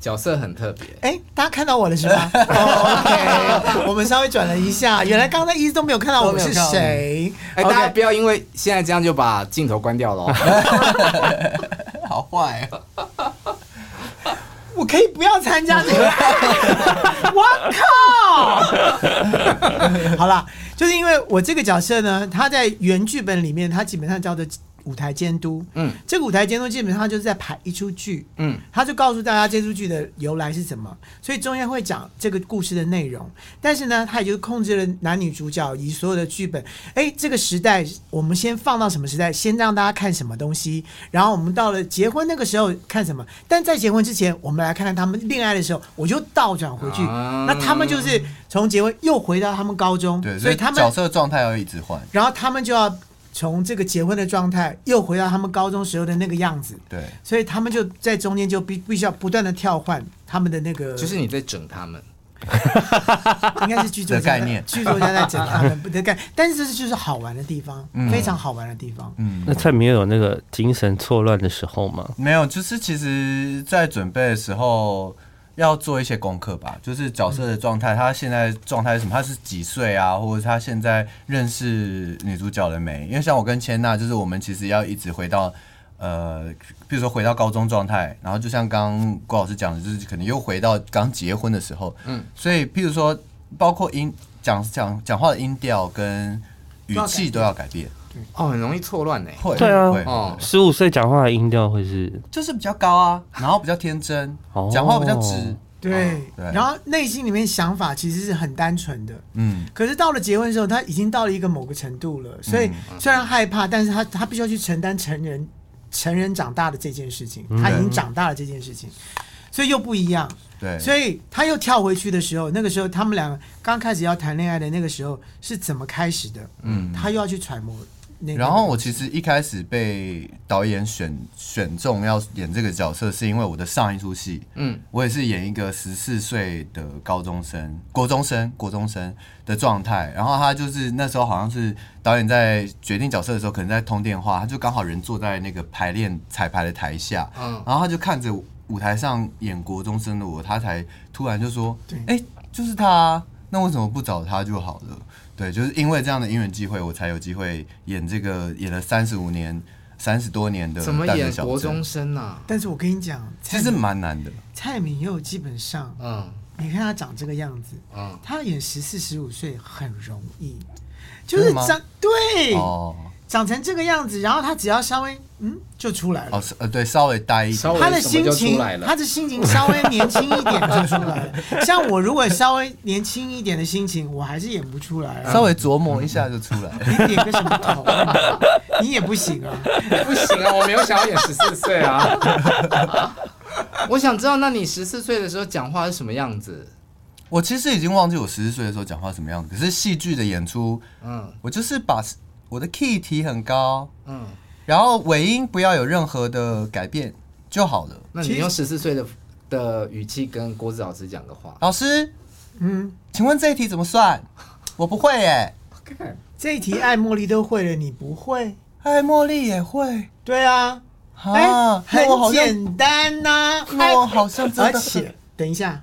Speaker 1: 角色很特别。
Speaker 6: 哎，大家看到我了 是吧、o k 我们稍微转了一下，原来刚才一直都没有看到我们是谁。
Speaker 1: 哎、
Speaker 6: OK
Speaker 1: 大家不要因为现在这样就把镜头关掉了、哦。
Speaker 2: 好坏哦，
Speaker 6: 我可以不要参加这 个，我靠！ 好啦，就是因为我这个角色呢，他在原剧本里面，他基本上叫做舞台监督。
Speaker 1: 嗯，
Speaker 6: 这个舞台监督基本上就是在排一出剧，
Speaker 1: 嗯，
Speaker 6: 他就告诉大家这出剧的由来是什么，所以中间会讲这个故事的内容。但是呢，他也就控制了男女主角以所有的剧本。哎，这个时代我们先放到什么时代，先让大家看什么东西，然后我们到了结婚那个时候看什么。但在结婚之前，我们来看看他们恋爱的时候，我就倒转回去。
Speaker 1: 啊
Speaker 6: 那他们就是从结婚又回到他们高中，
Speaker 2: 嗯对，
Speaker 6: 所
Speaker 2: 所
Speaker 6: 以
Speaker 2: 以
Speaker 6: 他
Speaker 2: 角
Speaker 6: 们，
Speaker 2: 色状态要一直换，
Speaker 6: 然后他们就要从这个结婚的状态又回到他们高中时候的那个样子，
Speaker 2: 对，
Speaker 6: 所以他们就在中间就必必须要不断的跳换他们的那个，
Speaker 1: 就是你在整他们，
Speaker 6: 应该是剧作家
Speaker 2: 的概念
Speaker 6: 剧作家在整他 们不的概，但是这是就是好玩的地方，非常好玩的地方。
Speaker 2: 嗯，
Speaker 5: 那蔡明有那个精神错乱的时候吗？
Speaker 2: 没有，就是其实，在准备的时候要做一些功课吧，就是角色的状态，他现在状态是什么？他是几岁啊？或者他现在认识女主角了没？因为像我跟千娜，就是我们其实要一直回到。呃，比如说回到高中状态，然后就像刚刚郭老师讲的，就是可能又回到刚结婚的时候，嗯，所以譬如说，包括音讲讲讲话的音调跟语气都要改变，
Speaker 1: 哦，很容易错乱呢。
Speaker 2: 会
Speaker 5: 对啊
Speaker 2: 会
Speaker 1: 哦，
Speaker 5: 十五岁讲话的音调会是
Speaker 2: 就是比较高 啊，然后比较天真
Speaker 5: 哦，
Speaker 2: 讲话比较直，
Speaker 6: 对，
Speaker 2: 哦对
Speaker 6: 然后内心里面想法其实是很单纯的，
Speaker 2: 嗯，
Speaker 6: 可是到了结婚之后，他已经到了一个某个程度了，所以
Speaker 2: 嗯
Speaker 6: 虽然害怕，但是他他必须要去承担成人成人长大的这件事
Speaker 2: 嗯
Speaker 6: 情，他已经长大了这件事情，所以又不一样。
Speaker 2: 对，
Speaker 6: 所以他又跳回去的时候，那个时候他们两个刚开始要谈恋爱的那个时候是怎么开始的？嗯，他又要去揣摩那个。
Speaker 2: 然后我其实一开始被导演选选中要演这个角色，是因为我的上一出戏，
Speaker 1: 嗯
Speaker 2: 嗯，我也是演一个十四岁的高中生、国中生、国中生的状态。然后他就是那时候好像是导演在决定角色的时候，可能在通电话，他就刚好人坐在那个排练彩排的台下，
Speaker 1: 嗯
Speaker 2: 嗯，然后他就看着舞台上演国中生的我，他才突然就说
Speaker 6: 对：“
Speaker 2: 哎、就是他啊，那为什么不找他就好了？”对，就是因为这样的因缘机会，我才有机会演这个演了三十五年、三十多年的
Speaker 1: 怎么
Speaker 2: 淡水
Speaker 1: 演
Speaker 2: 小
Speaker 1: 国
Speaker 2: 镇
Speaker 1: 中，生啊？
Speaker 6: 但是我跟你讲，
Speaker 2: 其
Speaker 6: 蔡
Speaker 2: 实
Speaker 6: 敏
Speaker 2: 蛮难的。
Speaker 6: 蔡敏佑基本上，
Speaker 1: 嗯
Speaker 6: 你看他长这个样子，
Speaker 1: 嗯，
Speaker 6: 他演十四十五岁很容易，就
Speaker 2: 真的
Speaker 6: 是
Speaker 2: 吗
Speaker 6: 长
Speaker 1: 哎
Speaker 6: 对、
Speaker 2: 哦
Speaker 6: 长成这个样子，然后他只要稍微嗯就出来了。
Speaker 2: 哦，是呃，对，稍微呆一点，
Speaker 1: 稍微
Speaker 6: 他的
Speaker 1: 什么
Speaker 6: 心
Speaker 1: 就
Speaker 6: 情
Speaker 1: 出来，了
Speaker 6: 他的心情稍微年轻一点就出来了。 像我如果稍微年轻一点的心情，我还是演不出
Speaker 1: 嗯
Speaker 6: 来、啊。
Speaker 2: 稍微琢磨一下就出来了。
Speaker 6: 你点个什么 头、啊？你也不行啊！
Speaker 1: 不行啊，我没有想要演十四岁啊。 我想知道，那你十四岁的时候讲话是什么样子？
Speaker 2: 我其实已经忘记我十四岁的时候讲话什么样子，可是戏剧的演出，
Speaker 1: 嗯
Speaker 2: 我就是把我的 key 提很高，
Speaker 1: 嗯，
Speaker 2: 然后尾音不要有任何的改变就好了。
Speaker 1: 那
Speaker 6: 其
Speaker 1: 你
Speaker 6: 实
Speaker 1: 用十四岁的的语气跟郭子老师讲个话。
Speaker 2: 老师，
Speaker 6: 嗯，
Speaker 2: 请问这一题怎么算？我不会耶。
Speaker 6: 这一题爱茉莉都会了，你不会？
Speaker 2: 哎，茉莉也会
Speaker 6: 对啊，哎、
Speaker 2: 啊，那我好
Speaker 6: 很
Speaker 2: 像，
Speaker 6: 简单呐、哎
Speaker 2: 那我好像真
Speaker 6: 而
Speaker 2: 的
Speaker 6: 且
Speaker 2: 很，
Speaker 6: 等一下，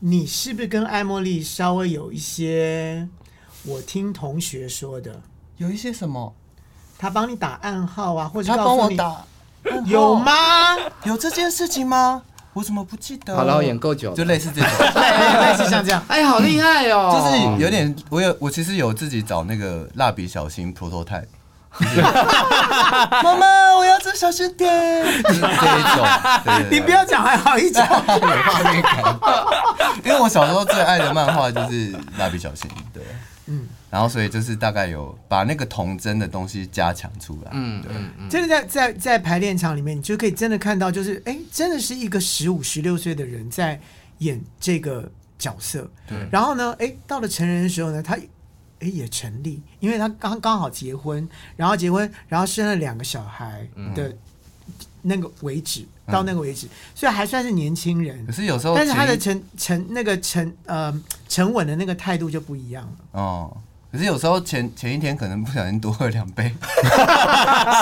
Speaker 6: 你是不是跟艾茉莉稍微有一些？我听同学说的，
Speaker 2: 有一些什么，
Speaker 6: 他帮你打暗号啊，或者
Speaker 2: 他
Speaker 6: 告
Speaker 2: 帮
Speaker 6: 诉
Speaker 2: 我
Speaker 6: 你
Speaker 2: 打，
Speaker 6: 有吗？
Speaker 2: 有这件事情吗？我怎么不记得？
Speaker 1: 好了，我演够久
Speaker 2: 哦就
Speaker 1: 了。
Speaker 2: 类似这种。
Speaker 6: 类似像这样，
Speaker 1: 哎，好厉害 哦！
Speaker 2: 就是有点，我有我其实有自己找那个蜡笔小新 prototype，妈妈，我要做小数 点，就是这一种。对对对
Speaker 6: 你不要讲，还好一讲。
Speaker 2: 有画面感， 因为我小时候最爱的漫画就是蜡笔小新，对，嗯，然后所以就是大概有把那个童真的东西加强出来，
Speaker 1: 嗯
Speaker 2: 嗯，对，
Speaker 1: 嗯嗯，
Speaker 6: 真的在在在排练场里面，你就可以真的看到，就是哎、诶真的是一个十五十六岁的人在演这个角色。对。然后呢，哎、到了成人的时候呢，他哎、诶也成立，因为他刚刚好结婚，然后结婚，然后生了两个小孩的那个为止，到那个为止，所以还算是年轻人
Speaker 2: 可。是有时候嗯其
Speaker 6: 但
Speaker 2: 实，
Speaker 6: 是他的沉沉那个沉呃沉稳的那个态度就不一样了。
Speaker 2: 哦。可是有时候前前一天可能不小心多喝两杯，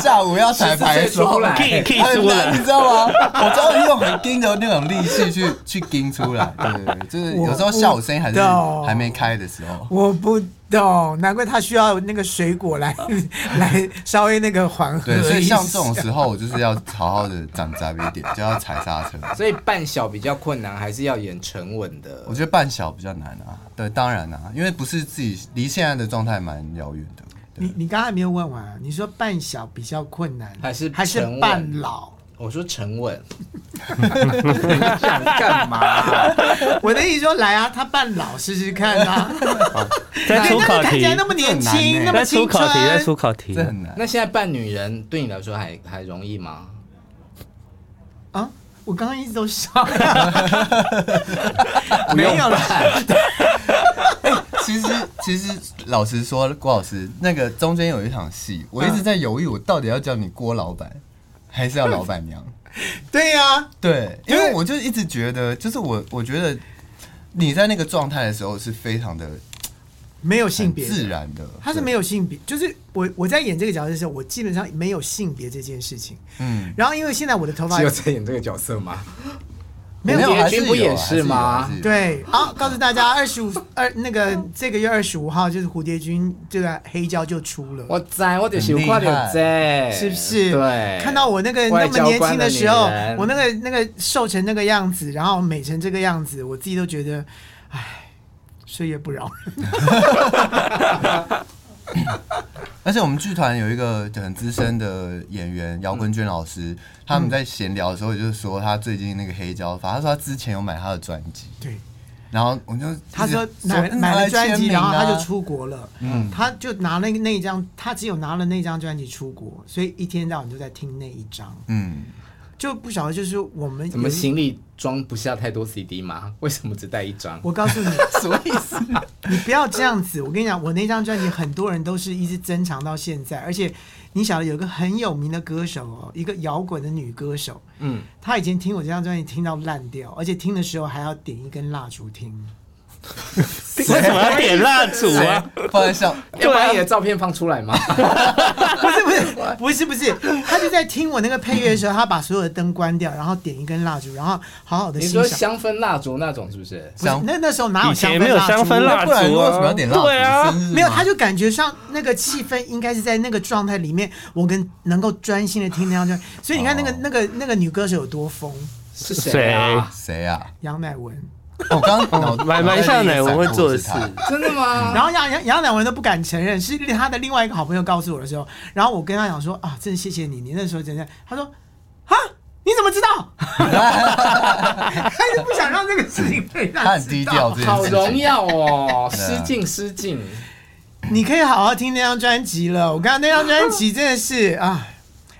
Speaker 2: 下午要彩排的时候
Speaker 1: 14岁出来
Speaker 5: 可以可以
Speaker 2: 很
Speaker 5: 出来
Speaker 2: 难，你知道吗？我终于用很盯的那种力气去去 盯出来，对对对，就是有时候下午声音还是
Speaker 6: 我不
Speaker 2: 还没开的时候，
Speaker 6: 我不懂，难怪他需要那个水果来 来稍微那个缓和一
Speaker 2: 对，
Speaker 6: 下。
Speaker 2: 所以像这种时候，我就是要好好的长扎一点，就要踩刹车。
Speaker 1: 所以扮小比较困难，还是要演沉稳的
Speaker 2: 我。觉得扮小比较难啊，对，当然啊，因为不是自己离现在的状态蛮遥远的。对
Speaker 6: 你你刚才没有问完啊，你说扮小比较困难，
Speaker 1: 还是
Speaker 6: 还是
Speaker 1: 沉稳
Speaker 6: 扮老？
Speaker 1: 我说沉稳，你想干嘛？
Speaker 6: 我的意思说，来啊，他扮老试试看啊。
Speaker 5: 再出考
Speaker 6: 看起
Speaker 5: 题
Speaker 6: 来，那么年
Speaker 2: 这很难
Speaker 6: 轻，
Speaker 2: 欸
Speaker 6: 那么
Speaker 5: 再出
Speaker 6: 青
Speaker 5: 考题，再出
Speaker 6: 春，
Speaker 5: 考题
Speaker 2: 这。很难。
Speaker 1: 那现在扮女人对你来说还还容易 吗？
Speaker 6: 啊！我刚刚一直都 笑，没有了。
Speaker 2: 其实其实老实说，郭老师那个中间有一场戏，我一直在犹豫，我到底要叫你郭老板，还是要老板娘？
Speaker 6: 对呀、
Speaker 2: 对，因为我就一直觉得，就是我我觉得你在那个状态的时候是非常的
Speaker 6: 没有性
Speaker 2: 很
Speaker 6: 别的
Speaker 2: 自然的，
Speaker 6: 他是没
Speaker 2: 有
Speaker 6: 有性别，就是我我在演这个角色的时候，我基本上没有性别这件事情。
Speaker 2: 嗯，
Speaker 6: 然后因为现在我的头发
Speaker 1: 只有在演这个角色吗？
Speaker 6: 没
Speaker 2: 有啊
Speaker 6: 有
Speaker 1: 别
Speaker 2: 还是
Speaker 1: 君
Speaker 2: 有
Speaker 1: 不也
Speaker 2: 还是有
Speaker 1: 吗
Speaker 2: 还是有
Speaker 6: 对，好，告诉大家，二十五二那个这个月二十五号就是蝴蝶君这个黑胶就出了，
Speaker 1: 我在，我就是有看到在，
Speaker 6: 是不是？
Speaker 1: 对，
Speaker 6: 看到我那个
Speaker 1: 外
Speaker 6: 那么
Speaker 1: 交
Speaker 6: 年
Speaker 1: 官
Speaker 6: 轻
Speaker 1: 的
Speaker 6: 时候
Speaker 1: 女人，
Speaker 6: 我那个那个瘦成那个样子，然后美成这个样子，我自己都觉得，唉，岁月不饶人。
Speaker 2: 而且我们剧团有一个很资深的演员姚坤娟老
Speaker 6: 嗯
Speaker 2: 师，他们在闲聊的时候，也就是说他最近那个黑胶发，他说他之前有买他的专辑，
Speaker 6: 对，
Speaker 2: 然后我就一直
Speaker 6: 他说买
Speaker 2: 拿
Speaker 6: 买了专辑，
Speaker 2: 签名
Speaker 6: 然后
Speaker 2: 啊
Speaker 6: 他就出国了。嗯，他就拿那个那一张，他只有拿了那张专辑出国，所以一天到晚都在听那一张，
Speaker 2: 嗯，
Speaker 6: 就不晓得就是我们
Speaker 1: 怎么
Speaker 6: 有一？
Speaker 1: 行李装不下太多 CD 吗？为什么只带一张？
Speaker 6: 我告诉你，什么意思？你不要这样子。我跟你讲，我那张专辑很多人都是一直珍藏到现在，而且你晓得有一个很有名的歌手哦，一个摇滚的女歌手，
Speaker 1: 嗯，
Speaker 6: 她以前听我这张专辑听到烂掉，而且听的时候还要点一根蜡烛听。
Speaker 5: 为什么要点蜡烛啊？
Speaker 2: 放在上，
Speaker 1: 要把你的照片放出来吗？
Speaker 6: 啊不是不是不是不是，他就在听我那个配乐的时候，他把所有的灯关掉，然后点一根蜡烛，然后好好的
Speaker 1: 你
Speaker 6: 欣
Speaker 1: 说
Speaker 6: 赏。
Speaker 1: 香氛蜡烛那种是不是？
Speaker 6: 不是那那时候哪有
Speaker 5: 以
Speaker 6: 香
Speaker 5: 前
Speaker 6: 氛
Speaker 5: 没有
Speaker 6: 蜡烛
Speaker 5: 香氛 蜡
Speaker 2: 不然
Speaker 5: 烛啊
Speaker 2: 为什么要点蜡烛？
Speaker 5: 对啊
Speaker 2: 生日吗
Speaker 6: 没有，他就感觉上那个气氛应该是在那个状态里面，我跟能够专心的听那张专辑。所以你看那个、
Speaker 2: 哦
Speaker 6: 那个那个女歌手有多疯，
Speaker 1: 是谁啊？
Speaker 2: 谁啊？哦
Speaker 6: 杨乃文。
Speaker 2: 我刚 刚脑
Speaker 5: 哦蛮蛮像的，我会做的事。
Speaker 1: 真的吗？
Speaker 6: 然后杨杨杨乃文都不敢承认，是他的另外一个好朋友告诉我的时候，然后我跟他讲说啊，真谢谢你，你那时候真的，他说啊，你怎么知道？ 他就不想让这个事情被
Speaker 2: 他
Speaker 6: 让
Speaker 2: 很低 调，这件事情
Speaker 1: 好荣。
Speaker 6: 啊
Speaker 1: 耀哦，
Speaker 2: 对啊
Speaker 1: 失敬失敬。
Speaker 6: 你可以好好听那张专辑了。我刚刚那张专辑真的是啊，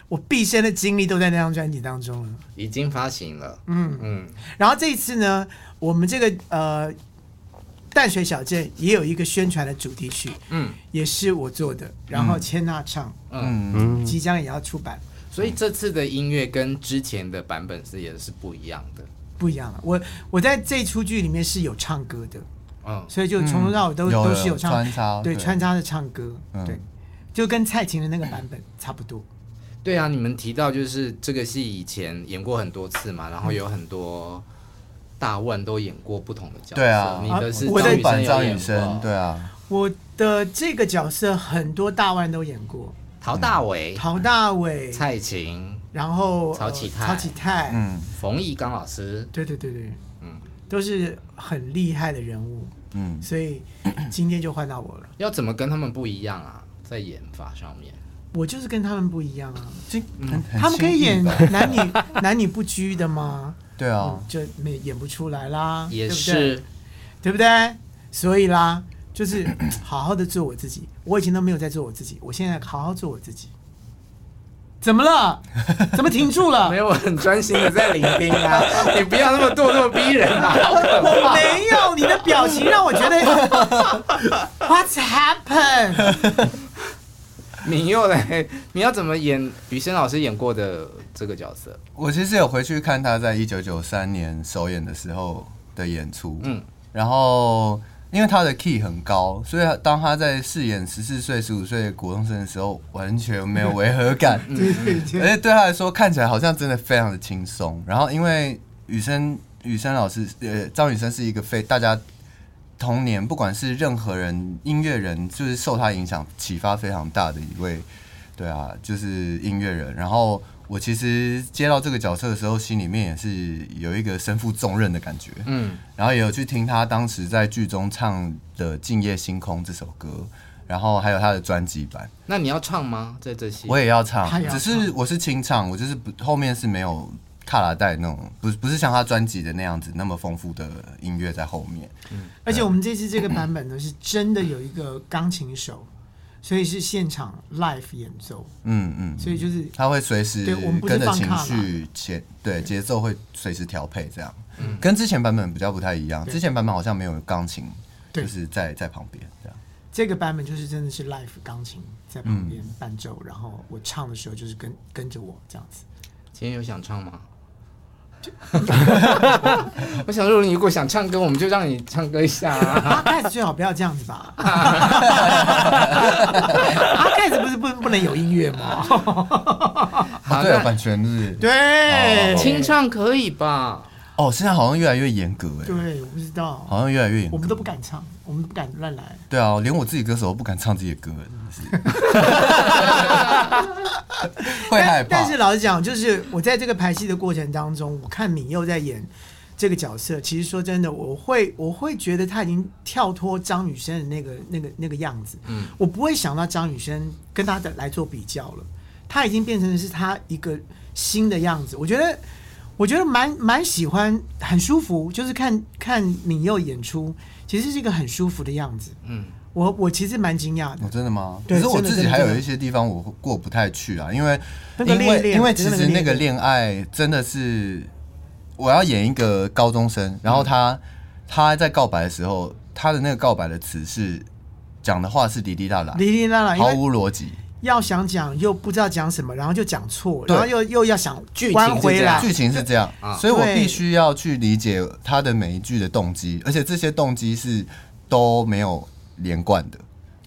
Speaker 6: 我毕生的精力都在那张专辑当中了。
Speaker 1: 已经发行了，
Speaker 6: 嗯
Speaker 1: 嗯，
Speaker 6: 然后这一次呢，我们这个呃淡水小镇也有一个宣传的主题曲，
Speaker 1: 嗯
Speaker 6: 也是我做的，然后千娜唱，
Speaker 2: 嗯，
Speaker 5: 嗯，
Speaker 6: 即将也要出版，
Speaker 1: 所以这次的音乐跟之前的版本是也是不一样的，
Speaker 6: 不一样了。我我在这一出剧里面是有唱歌的，
Speaker 1: 嗯，
Speaker 6: 所以就从头到尾都、
Speaker 2: 嗯有
Speaker 6: 都是
Speaker 2: 有
Speaker 6: 唱
Speaker 2: 穿插
Speaker 6: 对
Speaker 2: 对
Speaker 6: 穿插着唱歌，
Speaker 2: 嗯
Speaker 6: 对，就跟蔡琴的那个版本差不多。
Speaker 1: 对啊，你们提到就是这个戏以前演过很多次嘛，然后有很多大腕都演过不同的角色，
Speaker 2: 对啊
Speaker 1: 你的是
Speaker 6: 我在
Speaker 1: 张雨生
Speaker 2: 版
Speaker 1: 有
Speaker 2: 张
Speaker 1: 演
Speaker 2: 雨生，
Speaker 1: 过，
Speaker 2: 对啊，
Speaker 6: 我的这个角色很多大腕都演过，
Speaker 1: 陶大伟、
Speaker 6: 陶大伟，
Speaker 1: 蔡琴、
Speaker 6: 然后
Speaker 1: 曹启泰
Speaker 6: 呃曹启泰，
Speaker 2: 嗯
Speaker 1: 冯毅刚老师，
Speaker 6: 对对对对，
Speaker 1: 嗯
Speaker 6: 都是很厉害的人物，
Speaker 2: 嗯，
Speaker 6: 所以今天就换 到我了。
Speaker 1: 要怎么跟他们不一样啊？在演法上面，
Speaker 6: 我就是跟他们不一样啊，
Speaker 2: 这
Speaker 6: 他们可以演 男女男女不拘的 吗？
Speaker 2: 对啊，
Speaker 6: 就没演不出来啦，
Speaker 1: 哦也
Speaker 6: 对
Speaker 1: 是
Speaker 6: 不对，对不对？所以啦，就是 好好的做我自己。我以前都没有在做我自己，我现在好好做我自己。怎 么了？怎么停住了？
Speaker 1: 没有我很专心的在聆听啊， 你不要那么咄咄逼人啊，好可怕
Speaker 6: 我没有，你的表情让我觉 得 What's happened？
Speaker 1: 你又来，你要怎么演雨生老师演过的这个角色？
Speaker 2: 我其实有回去看他在一九九三年首演的时候的演出，
Speaker 1: 嗯
Speaker 2: 嗯，然后因为他的 key 很高，所以当他在饰演十四岁、十五岁的国中生的时候，完全没有违和感，
Speaker 6: 对对对
Speaker 2: 而且哎对他来说，看起来好像真的非常的轻松。然后因为雨生雨生老师，呃，张雨生是一个非大家童年不管是任何人音乐人，就是受他影响启发非常大的一位，对啊，就是音乐人。然后我其实接到这个角色的时候，心里面也是有一个身负重任的感觉，
Speaker 1: 嗯，
Speaker 2: 然后也有去听他当时在剧中唱的《静夜星空》这首歌，然后还有他的专辑版。
Speaker 1: 那你要唱吗？在这戏
Speaker 2: 我也要唱
Speaker 6: 他也，要
Speaker 2: 只
Speaker 6: 唱
Speaker 2: 是我是清唱，我就是不后面是没有卡拉带那种，不是不是像他专辑的那样子那么丰富的音乐在后面。
Speaker 6: 而且我们这次这个版本呢，是真的有一个钢琴手，所以是现场 live 演奏，
Speaker 2: 嗯嗯，
Speaker 6: 所以就是
Speaker 2: 他会随时
Speaker 6: 对我们不是
Speaker 2: 跟着
Speaker 6: 放
Speaker 2: 情
Speaker 6: 卡拉
Speaker 2: 绪前对节奏嗯会随时调配这样，跟之前版本比较不太一样。之前版本好像没有钢琴
Speaker 6: 对
Speaker 2: 就是在在旁边这样。
Speaker 6: 这个版本就是真的是 live 钢琴在旁边伴奏，然后我唱的时候就是跟跟着我这样 子。
Speaker 1: 今天有想唱吗？ 我想说，你如果想唱歌，我们就让你唱歌一下、 啊。
Speaker 6: 阿盖子最好不要这样子吧。 阿盖子不是不不能有音乐 吗？
Speaker 2: 哦，对，有版权日。
Speaker 6: 啊对，
Speaker 2: 哦
Speaker 1: 清唱可以吧？
Speaker 2: 哦，现在好像越来越严格哎，
Speaker 6: 对，我不知道，
Speaker 2: 好像越来越严格。
Speaker 6: 我们都不敢唱，我们不敢乱来。
Speaker 2: 对啊，连我自己歌手都不敢唱自己的歌，真 的是会害
Speaker 6: 但
Speaker 2: 怕
Speaker 6: 但。是老实讲，就是我在这个排戏的过程当中，我看敏佑在演这个角色，其实说真的，我会我会觉得他已经跳脱张雨生的那个那个那个样子，嗯，我不会想到张雨生跟他的来做比较了，他已经变成的是他一个新的样子，我觉得。我觉得蛮蛮喜欢，很舒服，就是看看敏佑演出，其实是一个很舒服的样子。嗯，我我其实蛮惊讶的
Speaker 2: 哦，，真的吗？
Speaker 6: 对
Speaker 2: 可是我
Speaker 6: 真的
Speaker 2: 自己
Speaker 6: 真的
Speaker 2: 还有
Speaker 6: 真的
Speaker 2: 一些地方我会过不太去啊，因为
Speaker 6: 那个
Speaker 2: 因
Speaker 6: 恋
Speaker 2: 为
Speaker 6: 恋
Speaker 2: 因为其实
Speaker 6: 那
Speaker 2: 那
Speaker 6: 个
Speaker 2: 个
Speaker 6: 恋
Speaker 2: 恋爱真的是，我要演一个高中生，然后
Speaker 6: 嗯
Speaker 2: 他他在告白的时候，他的那个告白的词是讲的话是滴滴答答，
Speaker 6: 哩哩啦啊啦，因
Speaker 2: 毫
Speaker 6: 为
Speaker 2: 无逻辑，
Speaker 6: 要想讲又不知道讲什么，然后就讲错，
Speaker 2: 对
Speaker 6: 然后又又要想
Speaker 1: 剧情
Speaker 6: 弯
Speaker 1: 是
Speaker 6: 回
Speaker 1: 这样
Speaker 6: 来
Speaker 1: 啊
Speaker 2: 剧，情是这样
Speaker 1: 啊，
Speaker 2: 所以我
Speaker 6: 对
Speaker 2: 必须要去理解他的每一句的动机，而且这些动机是都没有连贯的。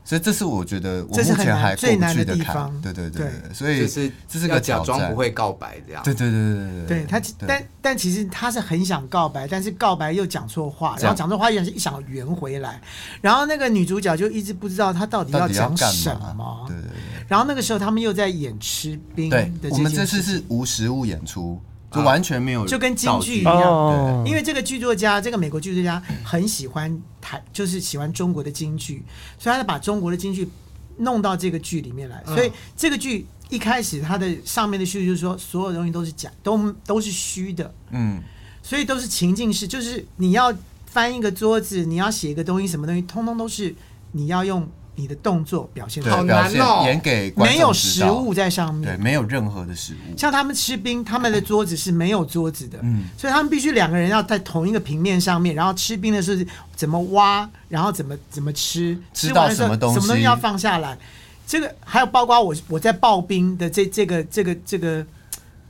Speaker 2: 所以这是我觉得我
Speaker 6: 这是
Speaker 2: 目
Speaker 6: 很
Speaker 2: 前
Speaker 6: 难
Speaker 2: 还过
Speaker 6: 最
Speaker 2: 不
Speaker 6: 难
Speaker 2: 去
Speaker 6: 的
Speaker 2: 的
Speaker 6: 地
Speaker 2: 坎
Speaker 6: 方，
Speaker 2: 对对对
Speaker 6: 对
Speaker 2: 对，对所以
Speaker 1: 就是
Speaker 2: 这是
Speaker 1: 要
Speaker 2: 个
Speaker 1: 假
Speaker 2: 挑
Speaker 1: 装
Speaker 2: 战
Speaker 1: 不。会告白这样。
Speaker 2: 对对对对对
Speaker 6: 啊对他，但但其实他是很想告白，但是告白又讲错话，
Speaker 2: 这
Speaker 6: 然
Speaker 2: 样
Speaker 6: 后讲错话又一想圆回来，然后那个女主角就一直不知道她到底
Speaker 2: 到底要
Speaker 6: 讲
Speaker 2: 干
Speaker 6: 什
Speaker 2: 嘛
Speaker 6: 么？
Speaker 2: 对。对对
Speaker 6: 然后那个时候他们又在演吃冰的
Speaker 2: 对，
Speaker 6: 这
Speaker 2: 我们这
Speaker 6: 件
Speaker 2: 次
Speaker 6: 事情啊
Speaker 2: 是无实物演出，就完全没有道具，
Speaker 6: 就跟京剧一样
Speaker 5: 哦，
Speaker 2: 嗯
Speaker 6: 因为这个剧作家，这个美国剧作家很喜欢台，就是喜欢中国的京剧，所以他就把中国的京剧弄到这个剧里面来。
Speaker 2: 嗯
Speaker 6: 所以这个剧一开始它的上面的叙述就是说，所有东西都是假，都都是虚的，
Speaker 2: 嗯，
Speaker 6: 所以都是情境式，就是你要翻一个桌子，你要写一个东西，什么东西，通通都是你要用你的动作表现出来
Speaker 1: 好
Speaker 2: 对，
Speaker 1: 难
Speaker 2: 表现
Speaker 1: 哦
Speaker 2: 演给观众
Speaker 6: 没有
Speaker 2: 知
Speaker 6: 实
Speaker 2: 道
Speaker 6: 物，在上面。
Speaker 2: 对，没有任何的实物，
Speaker 6: 像他们吃冰，他们的桌子是没有桌子的，
Speaker 2: 嗯
Speaker 6: 所以他们必须两个人要在同一个平面上面，然后吃冰的时候是怎么挖，然后怎么怎么吃，
Speaker 2: 知
Speaker 6: 吃完
Speaker 2: 道
Speaker 6: 的时候
Speaker 2: 什么东西
Speaker 6: 什么东西要放下来，这个还有包括我我在刨冰的这这个这个这个，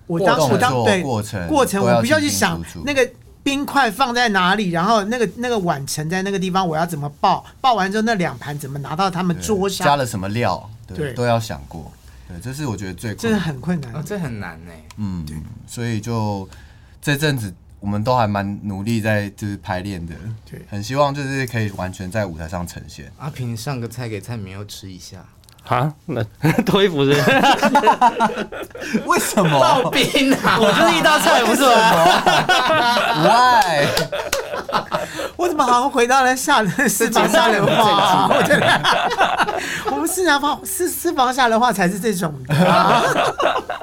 Speaker 6: 我当
Speaker 2: 动
Speaker 6: 我当
Speaker 2: 作
Speaker 6: 对
Speaker 2: 过程
Speaker 6: 过程，
Speaker 2: 都
Speaker 6: 我
Speaker 2: 要
Speaker 6: 必须要去
Speaker 2: 清清
Speaker 6: 想
Speaker 2: 楚楚
Speaker 6: 那个冰块放在哪里，然后那个那个碗盛在那个地方，我要怎么爆，爆完之后那两盘怎么拿到他们
Speaker 2: 对
Speaker 6: 桌
Speaker 2: 加
Speaker 6: 上，
Speaker 2: 了什么料，对，
Speaker 6: 对
Speaker 2: 都要想过，对，这是我觉得最
Speaker 6: 这
Speaker 2: 困难
Speaker 6: 是
Speaker 2: 的
Speaker 6: 很困难
Speaker 1: 啊、
Speaker 6: 的。
Speaker 1: 这很难呢、
Speaker 2: 嗯，所以就这阵子我们都还蛮努力在就是排练的，
Speaker 6: 对
Speaker 2: 很希望就是可以完全在舞台上呈现。
Speaker 1: 阿平上个菜给蔡明佑吃一下，
Speaker 5: 啊， 那脱衣服是不是？
Speaker 2: 为什
Speaker 1: 爆
Speaker 2: 么
Speaker 1: 冰啊！
Speaker 5: 我就是一道菜，不是吗？
Speaker 6: 啊
Speaker 2: ？Why？
Speaker 6: 我怎么好像回到了下 人私房下人话、啊？ 我觉得 我们私房话私私房下人话才是这种的、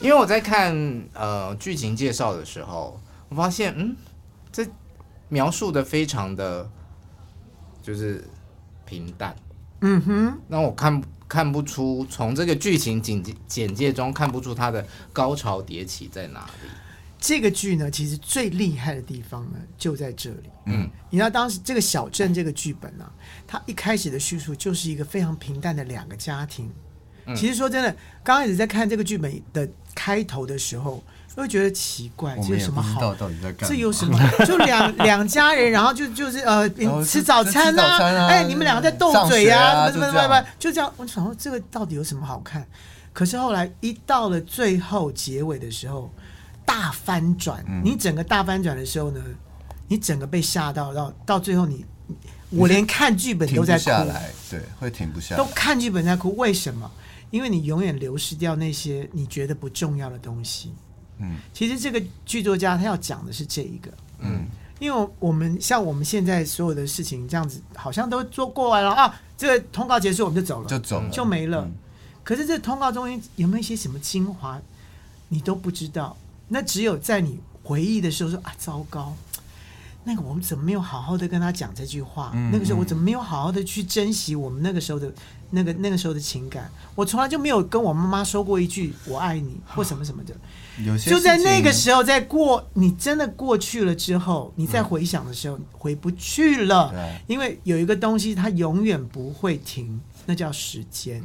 Speaker 1: 因为我在看呃剧情介绍的时候，我发现嗯，这描述的非常的，就是平淡。
Speaker 6: 嗯哼，
Speaker 1: 那我看看不出从这个剧情简介简介中看不出它的高潮迭起在哪里。
Speaker 6: 这个剧呢，其实最厉害的地方呢就在这里。
Speaker 1: 嗯
Speaker 6: 嗯，你知道当时这个小镇这个剧本呢、啊，它一开始的叙述就是一个非常平淡的两个家庭。
Speaker 2: 嗯
Speaker 6: 其实说真的，刚开始在看这个剧本的开头的时候，会觉得奇怪，
Speaker 2: 我
Speaker 6: 这有
Speaker 2: 们也
Speaker 6: 什
Speaker 2: 不
Speaker 6: 么
Speaker 2: 知
Speaker 6: 好
Speaker 2: 道到底在干嘛。
Speaker 6: 这有什么？ 就两两家人，然后就就是呃
Speaker 2: 哦，
Speaker 6: 吃
Speaker 2: 就
Speaker 6: 早餐
Speaker 2: 就吃早餐
Speaker 6: 呐，
Speaker 2: 啊
Speaker 6: 哎，你们两个在斗
Speaker 2: 上
Speaker 6: 嘴
Speaker 2: 学
Speaker 6: 呀，
Speaker 2: 啊
Speaker 6: 怎么
Speaker 2: 就这
Speaker 6: 怎么怎
Speaker 2: 样
Speaker 6: 么，就这样。我想说，这个到底有什么好看？可是后来一到了最后结尾的时候，大翻转，
Speaker 2: 嗯
Speaker 6: 你整个大翻转的时候呢，你整个被吓到，到到最后你，你我连看剧本
Speaker 2: 停
Speaker 6: 都
Speaker 2: 不
Speaker 6: 在
Speaker 2: 下
Speaker 6: 哭，
Speaker 2: 来，对，会停不下来
Speaker 6: 都。看剧本在哭，为什么？因为你永远流失掉那些你觉得不重要的东西。
Speaker 2: 嗯
Speaker 6: 其实这个剧作家他要讲的是这一个，
Speaker 2: 嗯，
Speaker 6: 因为我们像我们现在所有的事情这样子，好像都做过完了啊，这个通告结束我们就走了，
Speaker 2: 就走了
Speaker 6: 就没了。
Speaker 2: 嗯
Speaker 6: 可是这通告中间有没有一些什么精华，你都不知道？那只有在你回忆的时候说啊，糟糕，那个我们怎么没有好好的跟他讲这句话？
Speaker 2: 嗯
Speaker 6: 那个时候我怎么没有好好的去珍惜我们那个时候的那个那个时候的情感？我从来就没有跟我妈妈说过一句“我爱你”或什么什么的。
Speaker 2: 有些
Speaker 6: 就在那个
Speaker 2: 候，
Speaker 6: 时候，在过你真的过去了之后，你再回想的时候，你回不去了
Speaker 2: 对，
Speaker 6: 因为有一个东西它永远不会停，那叫时间。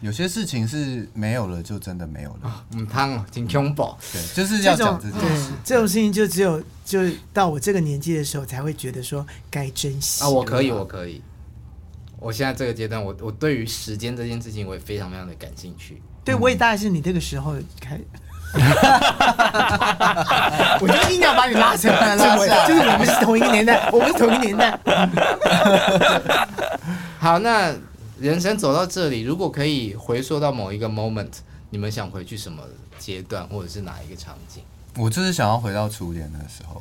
Speaker 2: 有些事情是没有了就真的没有了，
Speaker 1: 嗯，汤挺恐怖。
Speaker 2: 对，就是
Speaker 6: 啊这
Speaker 2: 要
Speaker 6: 种
Speaker 2: 讲这
Speaker 6: 对
Speaker 2: 件事。
Speaker 6: 这种事情，就只有就是到我这个年纪的时候，才会觉得说该珍惜
Speaker 1: 啊，我
Speaker 6: 了
Speaker 1: 可以，我可以。我现在这个阶段，我我对于时间这件事情，我也非常非常的感兴趣。
Speaker 6: 对我也大概是你这个时候开。 我就硬要把你拉扯来，拉扯， 就是我们是同一个年代，我们是同一个年代。
Speaker 1: 好，那人生走到这里，如果可以回溯到某一个 moment，你们想回去什么阶段，或者是哪一个场景？
Speaker 2: 我就是想要回到初恋的时候，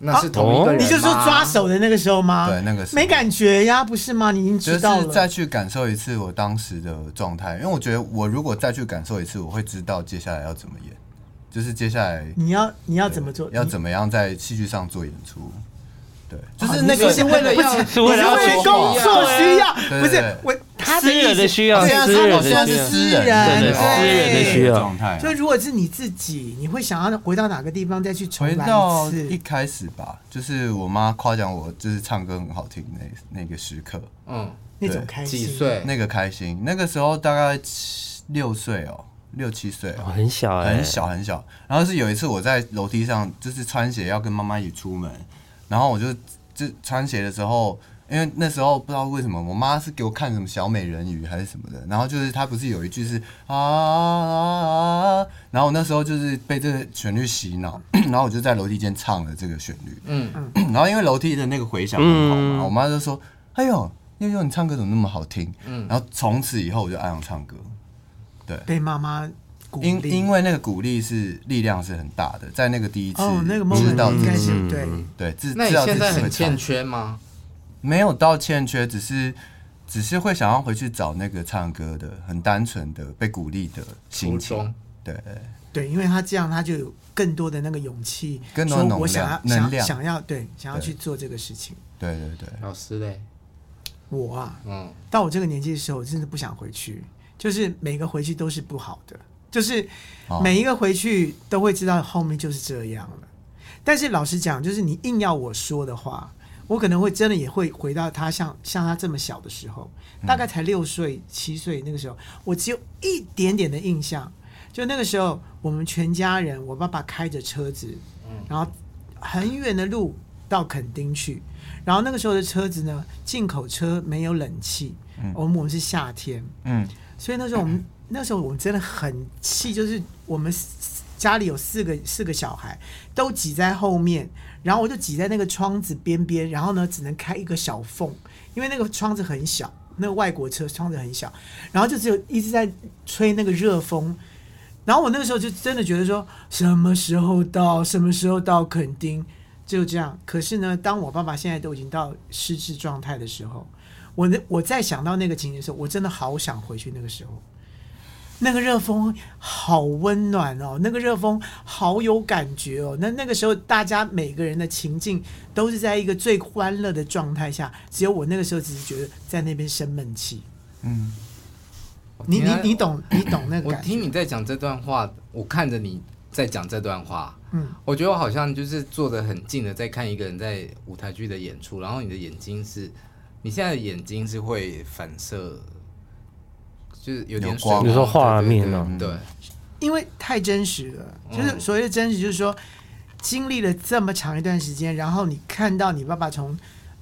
Speaker 1: 那是同一个人、吗
Speaker 5: 哦
Speaker 6: 你就说抓，手的那个时候吗？
Speaker 2: 对那个时候
Speaker 6: 没感觉呀，不是吗？你已经
Speaker 2: 就
Speaker 6: 知道
Speaker 2: 是
Speaker 6: 了。
Speaker 2: 再去感受一次我当时的状态，因为我觉得我如果再去感受一次，我会知道接下来要怎么演，就是接下来
Speaker 6: 你要你要怎么做？
Speaker 2: 要
Speaker 6: 么？
Speaker 2: 怎么样在戏剧上做演出。对，就
Speaker 6: 啊
Speaker 2: 是
Speaker 6: 你
Speaker 2: 那
Speaker 6: 说
Speaker 2: 个
Speaker 1: 是为了要，
Speaker 5: 是
Speaker 6: 你
Speaker 5: 为
Speaker 6: 是
Speaker 5: 了要
Speaker 6: 为了
Speaker 5: 说
Speaker 6: 工
Speaker 5: 话
Speaker 6: 作需要，
Speaker 2: 对
Speaker 6: 不是
Speaker 2: 对
Speaker 6: 我他
Speaker 5: 私人的
Speaker 6: 的
Speaker 5: 需
Speaker 6: 意
Speaker 5: 要，
Speaker 6: 思
Speaker 5: 私
Speaker 2: 对啊他好
Speaker 5: 人的需
Speaker 2: 像是
Speaker 5: 要，
Speaker 2: 私人
Speaker 5: 对
Speaker 6: 对
Speaker 5: 对，私人的需要。
Speaker 2: 状态啊
Speaker 6: 就如果是你自己，你会想要回到哪个地方再去重
Speaker 2: 回
Speaker 6: 来
Speaker 2: 到
Speaker 6: 次
Speaker 2: 一？开始吧，就是我妈夸奖我，就是唱歌很好听那那个时刻，
Speaker 1: 嗯，
Speaker 6: 那种
Speaker 2: 对
Speaker 6: 开心。
Speaker 1: 几？岁？
Speaker 2: 那个开心。那个时候大概七六岁哦，六七岁
Speaker 5: 哦
Speaker 2: 哦，
Speaker 5: 很小哎，
Speaker 2: 很小很小。然后是有一次我在楼梯上，就是穿鞋要跟妈妈一起出门，然后我就就穿鞋的时候，因为那时候不知道为什么，我妈是给我看什么小美人鱼还是什么的，然后就是她不是有一句是啊啊啊啊，然后我那时候就是被这个旋律洗脑， 然后我就在楼梯间唱了这个旋律，
Speaker 1: 嗯，
Speaker 2: 然后因为楼梯的那个回响很好嘛，
Speaker 5: 嗯
Speaker 2: 我妈就说：“哎呦，悠悠，你唱歌怎么那么好听？”然后从此以后我就爱上唱歌，
Speaker 6: 被妈妈鼓
Speaker 2: 因
Speaker 6: 励。
Speaker 2: 因为那个鼓励是力量是很大的，在那个第一次
Speaker 6: 哦，那个
Speaker 2: 知
Speaker 6: moment
Speaker 2: 道
Speaker 6: 应
Speaker 2: 自
Speaker 6: 该
Speaker 2: 己
Speaker 5: 嗯
Speaker 6: 是对。
Speaker 2: 对自
Speaker 1: 那
Speaker 2: 知
Speaker 1: 你
Speaker 2: 道自
Speaker 1: 现在
Speaker 2: 己
Speaker 1: 很
Speaker 2: 会
Speaker 1: 欠
Speaker 2: 唱，
Speaker 1: 缺吗？
Speaker 2: 没有到欠缺，只是只是会想要回去找那个唱歌的很单纯的被鼓励的
Speaker 1: 途
Speaker 2: 心情
Speaker 1: 中，，
Speaker 2: 对，
Speaker 6: 对，因为他这样，他就有更多的那个勇气，
Speaker 2: 更多的
Speaker 6: 说我
Speaker 2: 能
Speaker 6: 想
Speaker 2: 量
Speaker 6: 要想
Speaker 2: 能量
Speaker 6: 想要对想要
Speaker 2: 对
Speaker 6: 去做这个事情。
Speaker 2: 对对对，
Speaker 1: 老师嘞，
Speaker 6: 我啊，
Speaker 1: 嗯，
Speaker 6: 到我这个年纪的时候，我真的不想回去，就是每个回去都是不好的，就是
Speaker 2: 哦
Speaker 6: 每一个回去都会知道后面就是这样了。但是老实讲，就是你硬要我说的话，我可能会真的也会回到他像像他这么小的时候，大概才六岁七岁那个时候，我只有一点点的印象，就那个时候我们全家人，我爸爸开着车子，然后很远的路到垦丁去，然后那个时候的车子呢，进口车没有冷气，哦我们我们是夏天，
Speaker 2: 嗯，
Speaker 6: 所以那时候我们那时候我们真的很气，就是我们四家里有四个四个小孩都挤在后面，然后我就挤在那个窗子边边，然后呢只能开一个小缝，因为那个窗子很小，那个外国车窗子很小，然后就只有一直在吹那个热风。然后我那个时候就真的觉得说，什么时候到，什么时候到垦丁，就这样。可是呢，当我爸爸现在都已经到失智状态的时候，我那我再想到那个情景的时候，我真的好想回去那个时候。那个热风好温暖哦，那个热风好有感觉哦。那那个时候，大家每个人的情境都是在一个最欢乐的状态下，只有我那个时候只是觉得在那边生闷气。你你你懂你懂那个
Speaker 1: 我
Speaker 6: 感觉？
Speaker 1: 听你在讲这段话，我看着你在讲这段话，
Speaker 6: 嗯，
Speaker 1: 我觉得我好像就是坐得很近的在看一个人在舞台剧的演出，然后你的眼睛是，你现在的眼睛是会反射，就是有点
Speaker 2: 有
Speaker 1: 水光
Speaker 2: 光
Speaker 5: 你说画面
Speaker 1: 对
Speaker 5: 啊
Speaker 1: 对对对，
Speaker 6: 因为太真实了，就是所谓的真实，就是说经历了这么长一段时间，然后你看到你爸爸从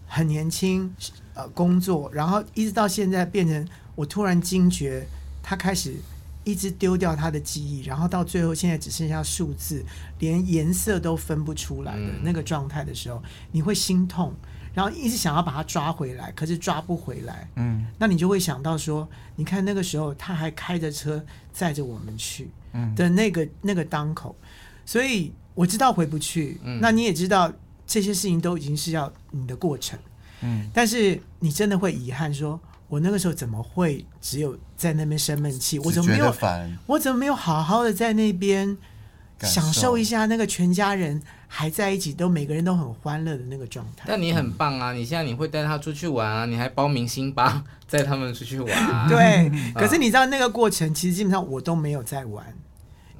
Speaker 6: 很年轻呃工作，然后一直到现在变成我突然惊觉他开始一直丢掉他的记忆，然后到最后现在只剩下数字，连颜色都分不出来的
Speaker 1: 嗯
Speaker 6: 那个状态的时候，你会心痛，然后一直想要把他抓回来，可是抓不回来。
Speaker 2: 嗯，
Speaker 6: 那你就会想到说，你看那个时候他还开着车载着我们去
Speaker 2: 嗯
Speaker 6: 的那个、那个当口，所以我知道回不去。
Speaker 2: 嗯
Speaker 6: 那你也知道这些事情都已经是要你的过程，嗯，但是你真的会遗憾说，我那个时候怎么会只有在那边生闷气？我
Speaker 2: 只
Speaker 6: 怎么
Speaker 2: 觉
Speaker 6: 没
Speaker 2: 得
Speaker 6: 有？
Speaker 2: 烦，
Speaker 6: 我怎么没有好好的在那边
Speaker 2: 感
Speaker 6: 享受
Speaker 2: 受
Speaker 6: 一下那个全家人还在一起，都每个人都很欢乐的那个状态。
Speaker 1: 但你很棒啊！你现在你会带他出去玩啊，你还包明星吧，带他们出去玩、 啊。
Speaker 6: 对，可是你知道那个过程，其实基本上我都没有在玩，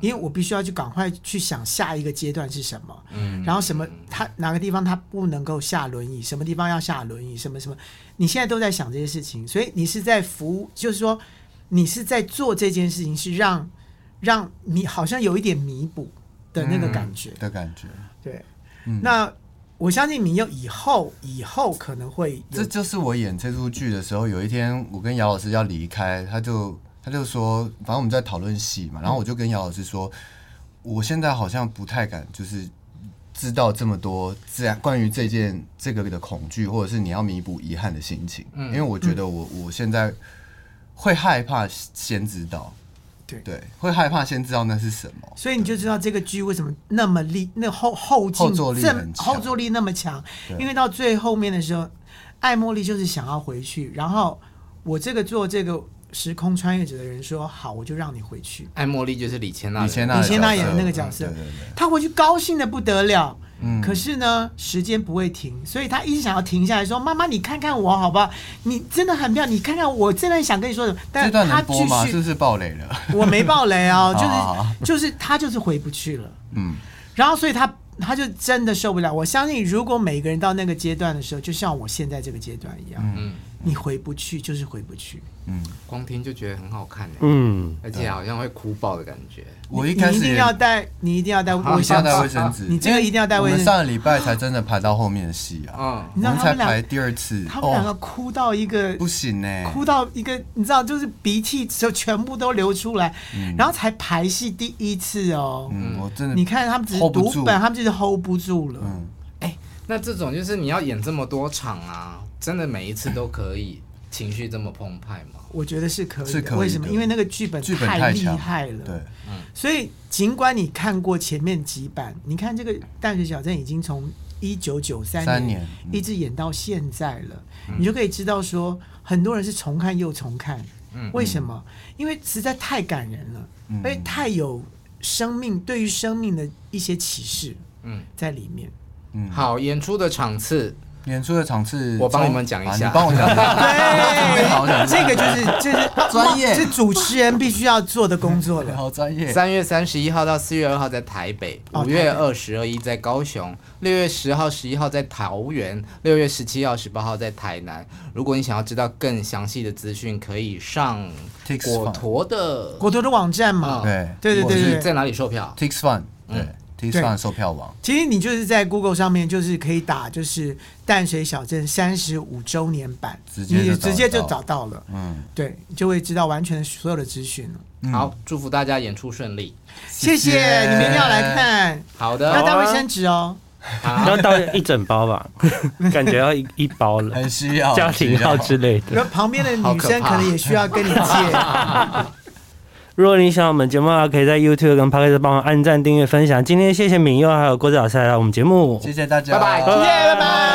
Speaker 6: 因为我必须要去赶快去想下一个阶段是什么，然后什么他哪个地方他不能够下轮椅，什么地方要下轮椅，什么什么，你现在都在想这些事情，所以你是在服务，就是说你是在做这件事情，是让让你好像有一点弥补的那个感觉，
Speaker 2: 的感觉。
Speaker 6: 对，那。我相信你有以后，以后可能会有
Speaker 2: 这就是我演这出剧的时候，有一天我跟姚老师要离开，他就他就说，反正我们在讨论戏
Speaker 6: 嗯
Speaker 2: 嘛，然后我就跟姚老师说，我现在好像不太敢，就是知道这么多这样关于这件这个的恐惧，或者是你要弥补遗憾的心情，
Speaker 6: 嗯
Speaker 2: 因为我觉得我我现在会害怕先知道，
Speaker 6: 对
Speaker 2: 对，会害怕先知道那是什么。
Speaker 6: 所以你就知道这个剧为什么那么力，那后后劲
Speaker 2: 后坐力
Speaker 6: 这
Speaker 2: 很强
Speaker 6: 后坐力那么强，因为到最后面的时候，艾茉莉就是想要回去，然后我这个做这个时空穿越者的人说好，我就让你回去。
Speaker 1: 爱茉莉就是李千娜的，
Speaker 2: 李千娜的
Speaker 6: 李千娜
Speaker 2: 角色
Speaker 6: 演的那个角色
Speaker 2: 对对对嗯
Speaker 6: 她回去高兴的不得了，可是呢，时间不会停，所以她一直想要停下来说：“妈妈，你看看我好不好？你真的很漂亮，你看看我真的想跟你说什么。”但
Speaker 2: 这段
Speaker 6: 她
Speaker 2: 能播
Speaker 6: 继
Speaker 2: 吗？
Speaker 6: 续
Speaker 2: 是不啊是爆雷了？
Speaker 6: 我没爆 雷哦，
Speaker 2: 好好好
Speaker 6: 就是就是他就是回不去了，
Speaker 2: 嗯，
Speaker 6: 然后所以他他就真的受不了。我相信，如果每个人到那个阶段的时候，就像我现在这个阶段一样，嗯，你回不去就是回不去。
Speaker 2: 嗯
Speaker 1: 光听就觉得很好看、欸、
Speaker 5: 嗯，
Speaker 1: 而且好像会哭爆的感觉。
Speaker 2: 我一
Speaker 6: 你
Speaker 2: 开
Speaker 6: 一
Speaker 2: 始
Speaker 6: 定
Speaker 2: 也
Speaker 6: 要带，你一定要 带
Speaker 2: 我
Speaker 6: 卫
Speaker 2: 一定
Speaker 6: 生
Speaker 2: 要带卫
Speaker 6: 纸。
Speaker 2: 生纸，
Speaker 6: 啊你这个一定要带卫生纸
Speaker 2: 因为我们上个礼拜才真的排到后面的戏啊，
Speaker 1: 嗯，
Speaker 6: 你知道
Speaker 2: 我们
Speaker 6: 他
Speaker 2: 才
Speaker 6: 们
Speaker 2: 排
Speaker 6: 两
Speaker 2: 第二次，
Speaker 6: 他们两个
Speaker 2: 哦哎
Speaker 6: 哭到一个
Speaker 2: 不行呢，
Speaker 6: 哭到一个，你知道，就是鼻涕就全部都流出来，然后才排戏第一次哦。
Speaker 2: 嗯，我真的，
Speaker 6: 你看他们只是
Speaker 2: hold 不
Speaker 6: 读
Speaker 2: 住
Speaker 6: 本，他们就是 hold 不住了。
Speaker 2: 嗯，
Speaker 1: 那这种就是你要演这么多场啊，真的每一次都可以情绪这么澎湃吗？
Speaker 6: 我觉得是可以的，
Speaker 2: 是可以的
Speaker 6: 为什么？因为那个剧本
Speaker 2: 剧本太
Speaker 6: 厉
Speaker 2: 强
Speaker 6: 害了。
Speaker 2: 对，
Speaker 6: 所以尽管你看过前面几版，你看这个《淡水小镇》已经从一九九三
Speaker 2: 三年嗯
Speaker 6: 一直演到现在了，你就可以知道说，很多人是重看又重看。
Speaker 2: 嗯
Speaker 6: 为什么？因为实在太感人了，而且太有生命对于生命的一些启示，
Speaker 1: 嗯
Speaker 6: 在 里面。
Speaker 2: 嗯，
Speaker 1: 好，演出的场次，
Speaker 2: 演出的场次，
Speaker 1: 我帮你们讲一下
Speaker 2: 啊你帮我讲一
Speaker 6: 对，这个就是就是
Speaker 2: 专业
Speaker 6: 是主持人必须要做的工作
Speaker 2: 下，
Speaker 6: 了。
Speaker 2: 好专业，
Speaker 1: 三月三十一号到四月二号在台北，
Speaker 6: 哦
Speaker 1: 五月二十二一在高雄，六月十号、十一号在桃园，六月十七号、十八号在台南。如果你想要知道更详细的资讯，可以上
Speaker 2: Tix
Speaker 1: 果陀的
Speaker 6: 国图的网站嘛，
Speaker 1: 嗯
Speaker 2: 对
Speaker 6: 对对对
Speaker 1: 是
Speaker 6: 对
Speaker 1: 在哪里售票？
Speaker 2: ，Tix Fun，对，Tix
Speaker 1: 嗯
Speaker 6: 对
Speaker 2: Fun 售票网，
Speaker 6: 其实你就是在 Google 上面，就是可以打就是淡水小镇三十五周年版，
Speaker 2: 直接就
Speaker 6: 你
Speaker 2: 找得
Speaker 6: 直接就
Speaker 2: 到
Speaker 6: 找到了，
Speaker 2: 嗯，
Speaker 6: 对，就会知道完全的所有的资讯了。
Speaker 1: 好，祝福大家演出顺利。
Speaker 6: 谢谢你们一定要来看，
Speaker 1: 好的，
Speaker 6: 要带卫
Speaker 1: 好啊
Speaker 6: 生纸哦。
Speaker 5: 要到一整包吧，感觉要一一包了，
Speaker 2: 很需要
Speaker 5: 家庭号之类的。
Speaker 6: 然后旁边的
Speaker 1: 好
Speaker 6: 女
Speaker 1: 可
Speaker 6: 生
Speaker 1: 怕
Speaker 6: 可能也需要跟你借。
Speaker 5: 如果你喜欢我们节目的话，可以在 YouTube 跟 p o d c a s t 帮忙按赞、订阅、分享。今天谢谢敏佑还有郭子老师来到我们节目，
Speaker 2: 谢谢大家，
Speaker 1: 拜拜
Speaker 5: 拜
Speaker 6: 耶，拜拜。